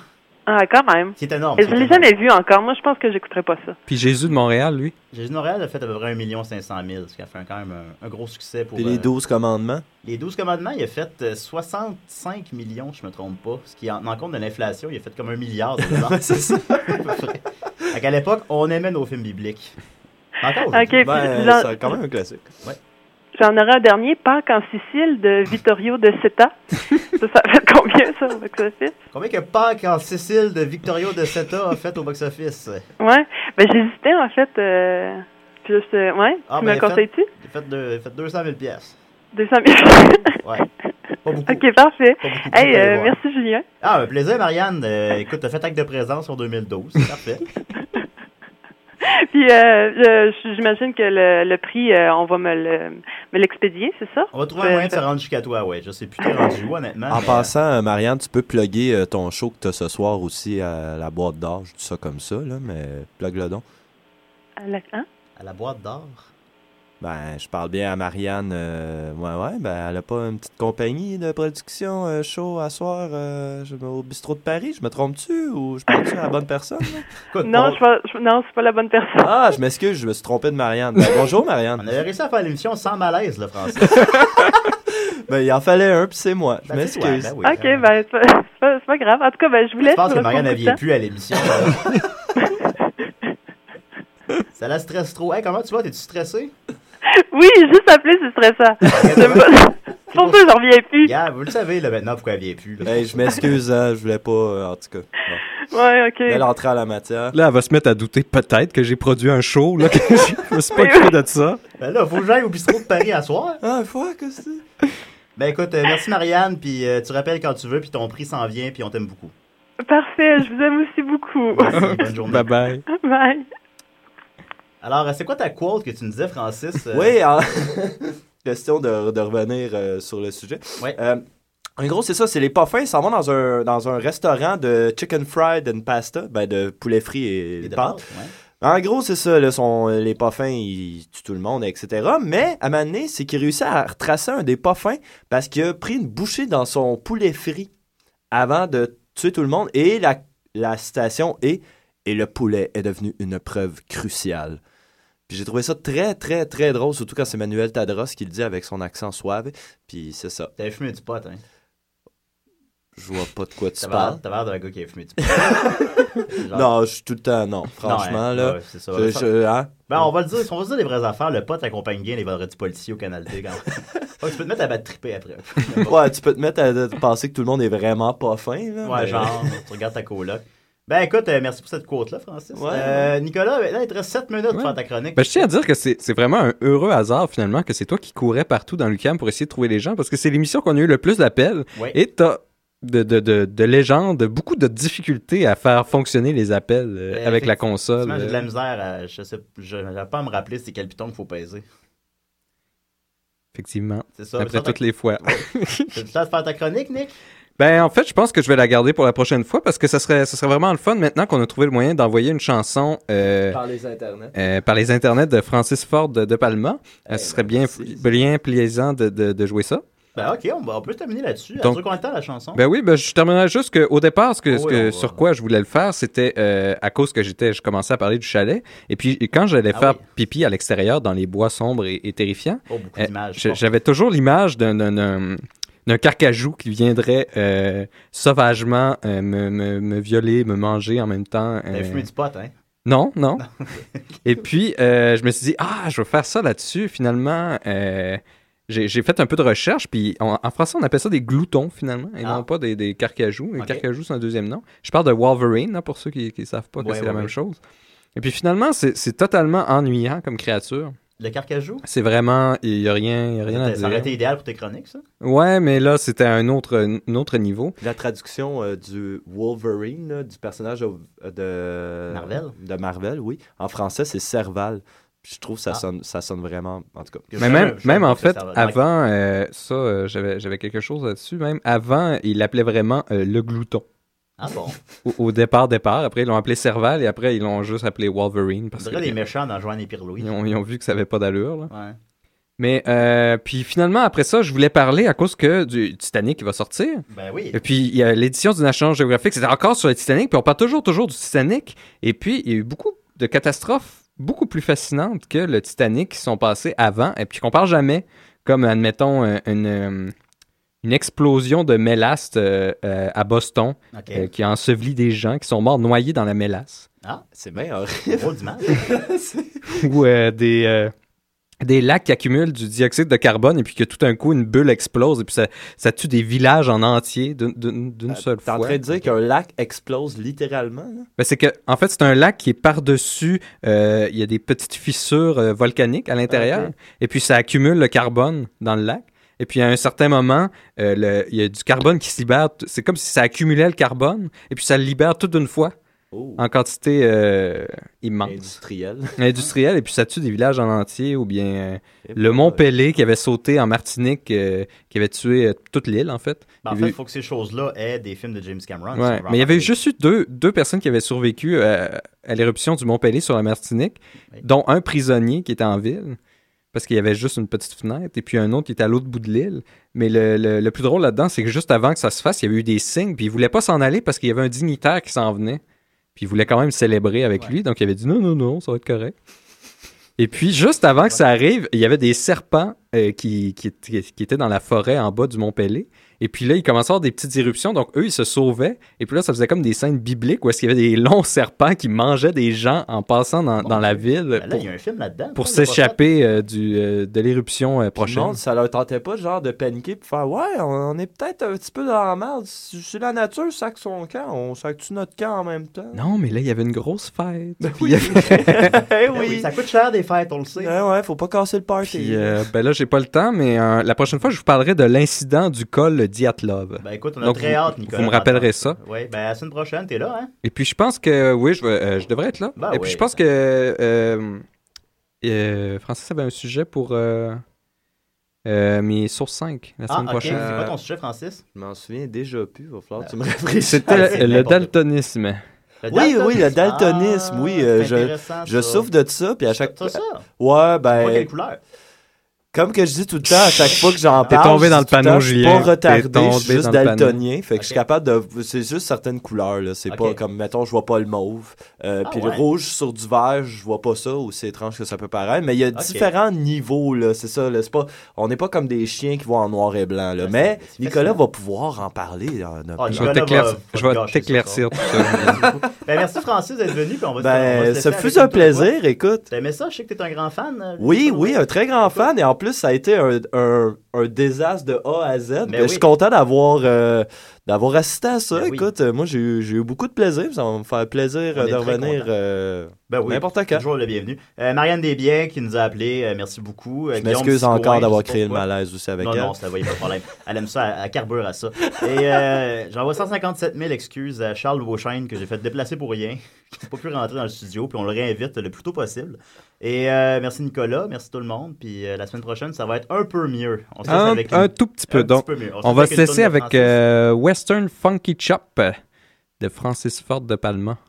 Speaker 16: Ah, quand même.
Speaker 13: C'est énorme.
Speaker 16: Et
Speaker 13: c'est
Speaker 16: je l'ai
Speaker 13: énorme.
Speaker 16: jamais vu encore. Moi, je pense que j'écouterai pas ça.
Speaker 8: Puis Jésus de Montréal, lui.
Speaker 13: Jésus Noël a fait à peu près 1 500 000, ce qui a fait quand même un, un gros succès pour
Speaker 12: Puis les
Speaker 13: euh,
Speaker 12: 12 commandements.
Speaker 13: Les 12 commandements, il a fait euh, 65 millions, je me trompe pas. Ce qui, en, en compte de l'inflation, il a fait comme un milliard de dollars.
Speaker 12: c'est ça.
Speaker 13: fait qu'à l'époque, on aimait nos films bibliques. Encore
Speaker 16: Ok,
Speaker 13: aujourd'hui.
Speaker 16: puis Ben, je vous en- c'est
Speaker 12: quand même un classique.
Speaker 13: Ouais.
Speaker 16: J'en aurai un dernier, Pâques en Sicile de Vittorio de Seta. ça, ça fait combien, ça, au box-office?
Speaker 13: Combien que Pâques en Sicile de Victorio de Seta a fait au box-office?
Speaker 16: Ouais. Ben, j'hésitais, en fait. Euh, puis là, j'étais- ouais.
Speaker 13: Ah,
Speaker 16: tu
Speaker 13: ben,
Speaker 16: me
Speaker 13: il a
Speaker 16: conseilles-tu?
Speaker 13: fait- Il a fait, deux- il a fait 200 000 pièces.
Speaker 16: 200 000.
Speaker 13: Ouais.
Speaker 16: OK, parfait.
Speaker 13: Allez
Speaker 16: Hey, euh,
Speaker 13: voir.
Speaker 16: merci, Julien.
Speaker 13: Ah, un plaisir, Marianne. Euh, écoute, t'as fait acte de présence en 2012. C'est Parfait.
Speaker 16: Puis, euh, je- j'imagine que le, le prix, euh, on va me le- me l'expédier, c'est ça?
Speaker 13: On va trouver un moyen de se rendre jusqu'à toi, ouais. Je sais plus t'es rendu où, honnêtement.
Speaker 12: En
Speaker 13: mais-
Speaker 12: passant, euh, Marianne, tu peux plugger euh, ton show que tu as ce soir aussi à la boîte d'or. Je dis ça comme ça, là, mais plug-le donc.
Speaker 16: À la, hein?
Speaker 13: À la boîte d'or.
Speaker 12: Ben, je parle bien à Marianne. euh, ouais, ouais, ben, elle a pas une petite compagnie de production euh, show à soir euh, je- au bistrot de Paris. Je me trompe-tu ou je parle-tu à la bonne personne? là?
Speaker 16: Non, je vais- je- non, c'est pas la bonne personne.
Speaker 12: Ah, je m'excuse, je me suis trompé de Marianne. Ben, bonjour, Marianne.
Speaker 13: On avait réussi à faire l'émission sans malaise, le français.
Speaker 12: Ben, il en fallait un, puis c'est moi. Je
Speaker 13: Ben, c'est toi,
Speaker 12: m'excuse.
Speaker 13: ben oui.
Speaker 16: OK, ben, c'est pas, c'est pas- c'est pas grave. En tout cas, ben, je vous laisse.
Speaker 13: Je pense
Speaker 16: pour
Speaker 13: que
Speaker 16: le
Speaker 13: Marianne
Speaker 16: cours
Speaker 13: n'avait
Speaker 16: du
Speaker 13: plus à l'émission. Ça la stresse trop. Hey, comment tu vas? T'es-tu stressé? ben
Speaker 16: temps. Oui, juste appeler, c'est stressant. J'aime pas- C'est pour ça que j'en reviens plus.
Speaker 13: Gars, Ah, vous le savez, là, maintenant, pourquoi elle vient plus.
Speaker 12: Ben, je m'excuse, hein, je voulais pas, euh, en tout cas. Bon.
Speaker 16: Ouais, OK.
Speaker 12: Belle entrée à la matière.
Speaker 8: Là, elle va se mettre à douter peut-être que j'ai produit un show, là, que je me suis pas occupé de ça.
Speaker 13: Ben là, faut que j'aille au bistrot de Paris à soir.
Speaker 12: Ah, fois, qu'est-ce que
Speaker 13: Ben écoute, euh, merci Marianne, puis euh, tu rappelles quand tu veux, puis ton prix s'en vient, puis on t'aime beaucoup.
Speaker 16: Parfait, je vous aime aussi beaucoup.
Speaker 13: Bonne journée.
Speaker 8: Bye bye.
Speaker 16: Bye.
Speaker 13: Alors, euh, c'est quoi ta quote que tu me disais, Francis? euh,
Speaker 12: Oui, en- question de, de revenir euh, sur le sujet. Euh, en gros, c'est ça, c'est les puffins, ils s'en vont dans un, dans un restaurant de chicken fried and pasta, ben de poulet frit et,
Speaker 13: de
Speaker 12: pâtes.
Speaker 13: pâtes, ouais.
Speaker 12: En gros, c'est ça, là, sont, les puffins, ils tuent tout le monde, etc. Mais, à un moment donné, c'est qu'il réussit à retracer un des puffins parce qu'il a pris une bouchée dans son poulet frit avant de tuer tout le monde. Et la, la citation est « Et le poulet est devenu une preuve cruciale ». Puis j'ai trouvé ça très, très, très drôle, surtout quand c'est Manuel Tadros qui le dit avec son accent suave. Puis c'est ça.
Speaker 13: T'avais fumé du pot, hein?
Speaker 12: Je vois pas de quoi tu
Speaker 13: T'as
Speaker 12: parles.
Speaker 13: l'air- t'as l'air d'un gars qui a fumé du pot. Genre-
Speaker 12: Non, Ah, je suis tout le temps, non. Franchement,
Speaker 13: hein,
Speaker 12: là.
Speaker 13: ouais, c'est ça.
Speaker 12: je- je- hein?
Speaker 13: Ben, on va le dire, on va se dire les vraies affaires. Le pote accompagne bien les vendredis policiers au Canal D. Quand... Ouais, tu peux te mettre à battre triper après.
Speaker 12: ouais, tu peux te mettre à, à penser que tout le monde est vraiment pas fin. Là, Ben, euh,
Speaker 13: Ouais,
Speaker 12: mais-
Speaker 13: genre, tu regardes ta coloc. Ben, écoute, euh, merci pour cette quote-là, Francis.
Speaker 12: Ouais.
Speaker 13: Euh, Nicolas, ben, là, il te reste 7 minutes pour faire ta chronique.
Speaker 8: Ben, je tiens à dire que c'est c'est vraiment un heureux hasard, finalement, que c'est toi qui courais partout dans l'UQAM pour essayer de trouver les gens, parce que c'est l'émission qu'on a eu le plus d'appels.
Speaker 13: Ouais.
Speaker 8: Et t'as de, de, de, de légendes, beaucoup de difficultés à faire fonctionner les appels
Speaker 13: Euh,
Speaker 8: euh, avec la
Speaker 13: effectivement,
Speaker 8: console.
Speaker 13: J'ai de
Speaker 8: euh.
Speaker 13: la misère à. Je sais je n'arrive pas à me rappeler c'est quel piton qu'il faut peser.
Speaker 8: Effectivement.
Speaker 13: C'est ça.
Speaker 8: Après
Speaker 13: Ça, t'as-
Speaker 8: toutes les fois.
Speaker 13: T'as le temps de faire ta chronique, Nick?
Speaker 8: Ben, en fait, je pense que je vais la garder pour la prochaine fois parce que ça serait, ça serait vraiment le fun maintenant qu'on a trouvé le moyen d'envoyer une chanson euh,
Speaker 12: Par les internets.
Speaker 8: euh, par les internets de Francis Ford de, de Palma.
Speaker 13: Eh
Speaker 8: Euh, ce serait bien, bien plaisant de, de- de jouer ça.
Speaker 13: Ben, ok, on, va- on peut terminer là-dessus.
Speaker 8: Donc-
Speaker 13: Donc... qu'on a le temps, la chanson?
Speaker 8: Ben oui, ben je terminerai juste qu'au départ, ce que, ce
Speaker 13: Oui,
Speaker 8: que-
Speaker 13: on va.
Speaker 8: sur quoi je voulais le faire, c'était euh, à cause que j'étais, je commençais à parler du chalet. Et puis, quand j'allais
Speaker 13: Ah
Speaker 8: faire pipi à l'extérieur dans les bois sombres et, et terrifiants,
Speaker 13: Oh, beaucoup
Speaker 8: euh,
Speaker 13: d'images,
Speaker 8: je-
Speaker 13: bon.
Speaker 8: j'avais toujours l'image d'un- d'un- d'un d'un carcajou qui viendrait euh, sauvagement euh, me, me- me violer, me manger en même temps.
Speaker 13: T'avais
Speaker 8: euh,
Speaker 13: fumé du pot, hein?
Speaker 8: non, non. et puis, euh, je me suis dit, ah, je vais faire ça là-dessus. Finalement, euh, j'ai j'ai fait un peu de recherche. Puis, en, en français, on appelle ça des gloutons, finalement, et
Speaker 13: Ah.
Speaker 8: non pas des, des carcajous. Les carcajous, c'est un deuxième nom. Je parle de Wolverine, là, pour ceux qui ne savent pas que
Speaker 13: Ouais,
Speaker 8: c'est
Speaker 13: ouais,
Speaker 8: la même
Speaker 13: ouais.
Speaker 8: chose. Et puis, finalement, c'est c'est totalement ennuyant comme créature.
Speaker 13: Le carcajou?
Speaker 8: C'est vraiment, il n'y a rien, il y a rien à
Speaker 13: Ça aurait été
Speaker 8: dire.
Speaker 13: idéal pour tes chroniques, ça?
Speaker 8: Ouais, mais là, c'était un autre, un autre niveau.
Speaker 12: La traduction euh, du Wolverine, là, du personnage au- de
Speaker 13: Marvel?
Speaker 12: de Marvel, oui. En français, c'est Serval. Puis je trouve que ça,
Speaker 13: Ah.
Speaker 12: sonne, ça sonne vraiment, en tout cas.
Speaker 8: Mais même, même en fait, avant, euh, ça, euh, j'avais j'avais quelque chose là-dessus. Même avant, il l'appelait vraiment euh, le glouton.
Speaker 13: Ah bon?
Speaker 8: Au, au départ, départ. Après, ils l'ont appelé Serval et après, ils l'ont juste appelé Wolverine
Speaker 13: On
Speaker 8: parce
Speaker 13: dirait
Speaker 8: que-
Speaker 13: les méchants dans Joanne et Pierre-Louis.
Speaker 8: ils ont, ils ont vu que ça avait pas d'allure. là.
Speaker 13: Ouais.
Speaker 8: Mais euh, puis finalement, après ça, je voulais parler à cause que du Titanic qui va sortir.
Speaker 13: Ben oui.
Speaker 8: Et puis, il y a l'édition du National Geographic, c'était encore sur le Titanic, puis on parle toujours, toujours du Titanic. Et puis, il y a eu beaucoup de catastrophes beaucoup plus fascinantes que le Titanic qui sont passées avant, et puis qu'on parle jamais, comme, admettons, euh, une, euh, une explosion de mélasse euh, euh, à Boston
Speaker 13: Ok.
Speaker 8: euh, qui a enseveli des gens qui sont morts noyés dans la mélasse.
Speaker 13: Ah,
Speaker 12: c'est bien
Speaker 13: Drôle d'image.
Speaker 8: Ou euh, des... euh, des lacs qui accumulent du dioxyde de carbone et puis que tout d'un coup une bulle explose et puis ça, ça tue des villages en entier d'une- d'une d'une seule
Speaker 12: T'es
Speaker 8: fois.
Speaker 12: en train de dire qu'un lac explose littéralement? là?
Speaker 8: Ben, c'est que, en fait, c'est un lac qui est par-dessus. euh, il y a des petites fissures euh, volcaniques à l'intérieur.
Speaker 12: Ok.
Speaker 8: Et puis, ça accumule le carbone dans le lac. Et puis, à un certain moment, euh, le- il y a du carbone qui se libère. T- C'est comme si ça accumulait le carbone. Et puis, ça le libère tout d'une fois.
Speaker 12: Oh,
Speaker 8: En quantité euh, immense.
Speaker 12: Industrielle.
Speaker 8: Industrielle. Et puis, ça tue des villages en entier. Ou bien euh,
Speaker 13: Bah,
Speaker 8: le Mont Pelé qui avait sauté en Martinique, euh, qui avait tué euh, toute l'île, en fait.
Speaker 13: Ben, en
Speaker 8: Il y
Speaker 13: fait,
Speaker 8: a eu-
Speaker 13: il faut que ces choses-là aient des films de James Cameron. si on veut
Speaker 8: Ouais,
Speaker 13: en
Speaker 8: mais il y avait juste eu deux, deux personnes qui avaient survécu euh, à l'éruption du Mont Pelé sur la Martinique, dont un prisonnier qui était en ville, parce qu'il y avait juste une petite fenêtre, et puis un autre qui était à l'autre bout de l'île. Mais le, le- le plus drôle là-dedans, c'est que juste avant que ça se fasse, il y avait eu des signes, puis il voulait pas s'en aller parce qu'il y avait un dignitaire qui s'en venait. Puis il voulait quand même célébrer avec lui, donc il avait dit non, non, non, ça va être correct. Et puis, juste avant que ça arrive, il y avait des serpents euh, qui, qui, qui- qui étaient dans la forêt en bas du Mont Pelé. Et puis là, il commençait à avoir des petites éruptions. Donc, eux, ils se sauvaient. Et puis là, ça faisait comme des scènes bibliques où est-ce qu'il y avait des longs serpents qui mangeaient des gens en passant dans, dans la ville
Speaker 13: ben Là,
Speaker 8: pour,
Speaker 13: il y a un film là-dedans.
Speaker 8: pour s'échapper euh, du, euh, de l'éruption euh,
Speaker 12: Le
Speaker 8: prochaine.
Speaker 12: monde, ça leur tentait pas genre de paniquer puis faire ouais, on, on est peut-être un petit peu dans la merde. Si si la nature sac son camp, on sac-tu notre camp en même temps?
Speaker 8: Non, mais là, il y avait une grosse fête.
Speaker 13: Ben
Speaker 8: Puis il y avait-
Speaker 12: Eh
Speaker 13: oui. Ça coûte cher des fêtes, on le sait.
Speaker 12: Ouais, ouais, faut pas casser le party.
Speaker 8: Puis, euh, ben là, j'ai pas le temps, mais euh, la prochaine fois, je vous parlerai de l'incident du col Dyatlov.
Speaker 13: Ben écoute, on a
Speaker 8: Donc,
Speaker 13: très
Speaker 8: vous-
Speaker 13: hâte, Nicolas.
Speaker 8: Vous me rappellerez ça.
Speaker 13: Oui, ben à la semaine prochaine, t'es là, hein?
Speaker 8: Et puis je pense que oui, je, vais- euh, je devrais être là.
Speaker 13: Ben
Speaker 8: Et puis
Speaker 13: oui.
Speaker 8: je pense que euh, euh, Francis avait un sujet pour euh, euh, mes sources 5 la
Speaker 13: Ah,
Speaker 8: semaine
Speaker 13: ok. C'est
Speaker 8: prochaine.
Speaker 13: quoi ton sujet, Francis?
Speaker 12: Je m'en souviens déjà plus, va falloir que tu me réfléchisses.
Speaker 8: C'était le, le daltonisme.
Speaker 13: Le
Speaker 12: Oui, oui, le
Speaker 13: daltonisme.
Speaker 12: daltonisme,
Speaker 13: Ah,
Speaker 12: oui. euh,
Speaker 13: c'est
Speaker 12: je
Speaker 13: intéressant,
Speaker 12: je
Speaker 13: ça.
Speaker 12: souffre de ça, puis à chaque
Speaker 13: T'as ça?
Speaker 12: Ouais, ben.
Speaker 13: Pas quelle couleur?
Speaker 12: Comme que je dis tout le temps, à chaque fois que j'en
Speaker 8: T'es
Speaker 12: parle,
Speaker 8: tombé
Speaker 12: je
Speaker 8: dans
Speaker 12: dis
Speaker 8: le
Speaker 12: tout le
Speaker 8: panneau,
Speaker 12: temps, je suis
Speaker 8: Julien.
Speaker 12: pas retardé,
Speaker 8: T'es
Speaker 12: je suis
Speaker 8: tombé
Speaker 12: juste
Speaker 8: dans le
Speaker 12: daltonien, fait que je suis capable de c'est juste certaines couleurs là, c'est pas comme mettons je vois pas le mauve, euh,
Speaker 13: Ah
Speaker 12: puis
Speaker 13: ouais.
Speaker 12: le rouge sur du vert, je vois pas ça aussi étrange que ça peut paraître, mais il y a
Speaker 13: Ok.
Speaker 12: différents niveaux là, c'est ça, là, c'est pas on n'est pas comme des chiens qui voient en noir et blanc là, mais Nicolas va pouvoir en parler. euh,
Speaker 13: Ah,
Speaker 12: d'un peu.
Speaker 8: je vais t'éclaircir- je vais t'éclaircir tout ça.
Speaker 13: Ben merci Francis d'être venu, puis on va se- on va se
Speaker 12: Ben,
Speaker 13: laisser
Speaker 12: ça
Speaker 13: avec
Speaker 12: fut
Speaker 13: une
Speaker 12: un
Speaker 13: autre voix.
Speaker 12: plaisir, écoute.
Speaker 13: T'as aimé ça? Je sais que t'es un grand fan. euh,
Speaker 12: Oui, oui, un très grand fan. Et en plus, ça a été un, un- un désastre de A à Z.
Speaker 13: Mais
Speaker 12: Mais
Speaker 13: Ben oui.
Speaker 12: Je suis content d'avoir euh, d'avoir assisté à ça.
Speaker 13: Mais oui.
Speaker 12: Écoute, euh, moi, j'ai eu, j'ai eu beaucoup de plaisir. Ça va me faire plaisir
Speaker 13: On
Speaker 12: euh,
Speaker 13: est
Speaker 12: de
Speaker 13: très
Speaker 12: revenir.
Speaker 13: content.
Speaker 12: euh,
Speaker 13: Ben oui,
Speaker 12: N'importe quand.
Speaker 13: Toujours le bienvenu. Euh, Marianne Desbiens qui nous a appelé, euh, merci beaucoup. Euh,
Speaker 12: Je
Speaker 13: Guillaume
Speaker 12: m'excuse
Speaker 13: Piscoin,
Speaker 12: encore d'avoir
Speaker 13: je sais
Speaker 12: créé
Speaker 13: pas
Speaker 12: le
Speaker 13: pourquoi.
Speaker 12: malaise aussi avec
Speaker 13: non,
Speaker 12: elle.
Speaker 13: Non, ça va, il a pas de problème. Elle aime ça, elle, elle carbure à ça. Et euh, j'envoie 157 000 excuses à Charles Beauchesne que j'ai fait déplacer pour rien. qui n'a pas pu rentrer dans le studio, puis on le réinvite le plus tôt possible. Et euh, merci Nicolas, merci tout le monde. Puis euh, la semaine prochaine, ça va être un peu mieux. On se laisse
Speaker 8: Un,
Speaker 13: avec
Speaker 8: un
Speaker 13: une-
Speaker 8: tout petit peu.
Speaker 13: un
Speaker 8: Donc,
Speaker 13: mieux.
Speaker 8: on,
Speaker 13: laisse
Speaker 8: va se
Speaker 13: une tonne
Speaker 8: laisser
Speaker 13: de
Speaker 8: avec
Speaker 13: Francis.
Speaker 8: euh, Western Funky Chop euh, de Francis Ford de Palma.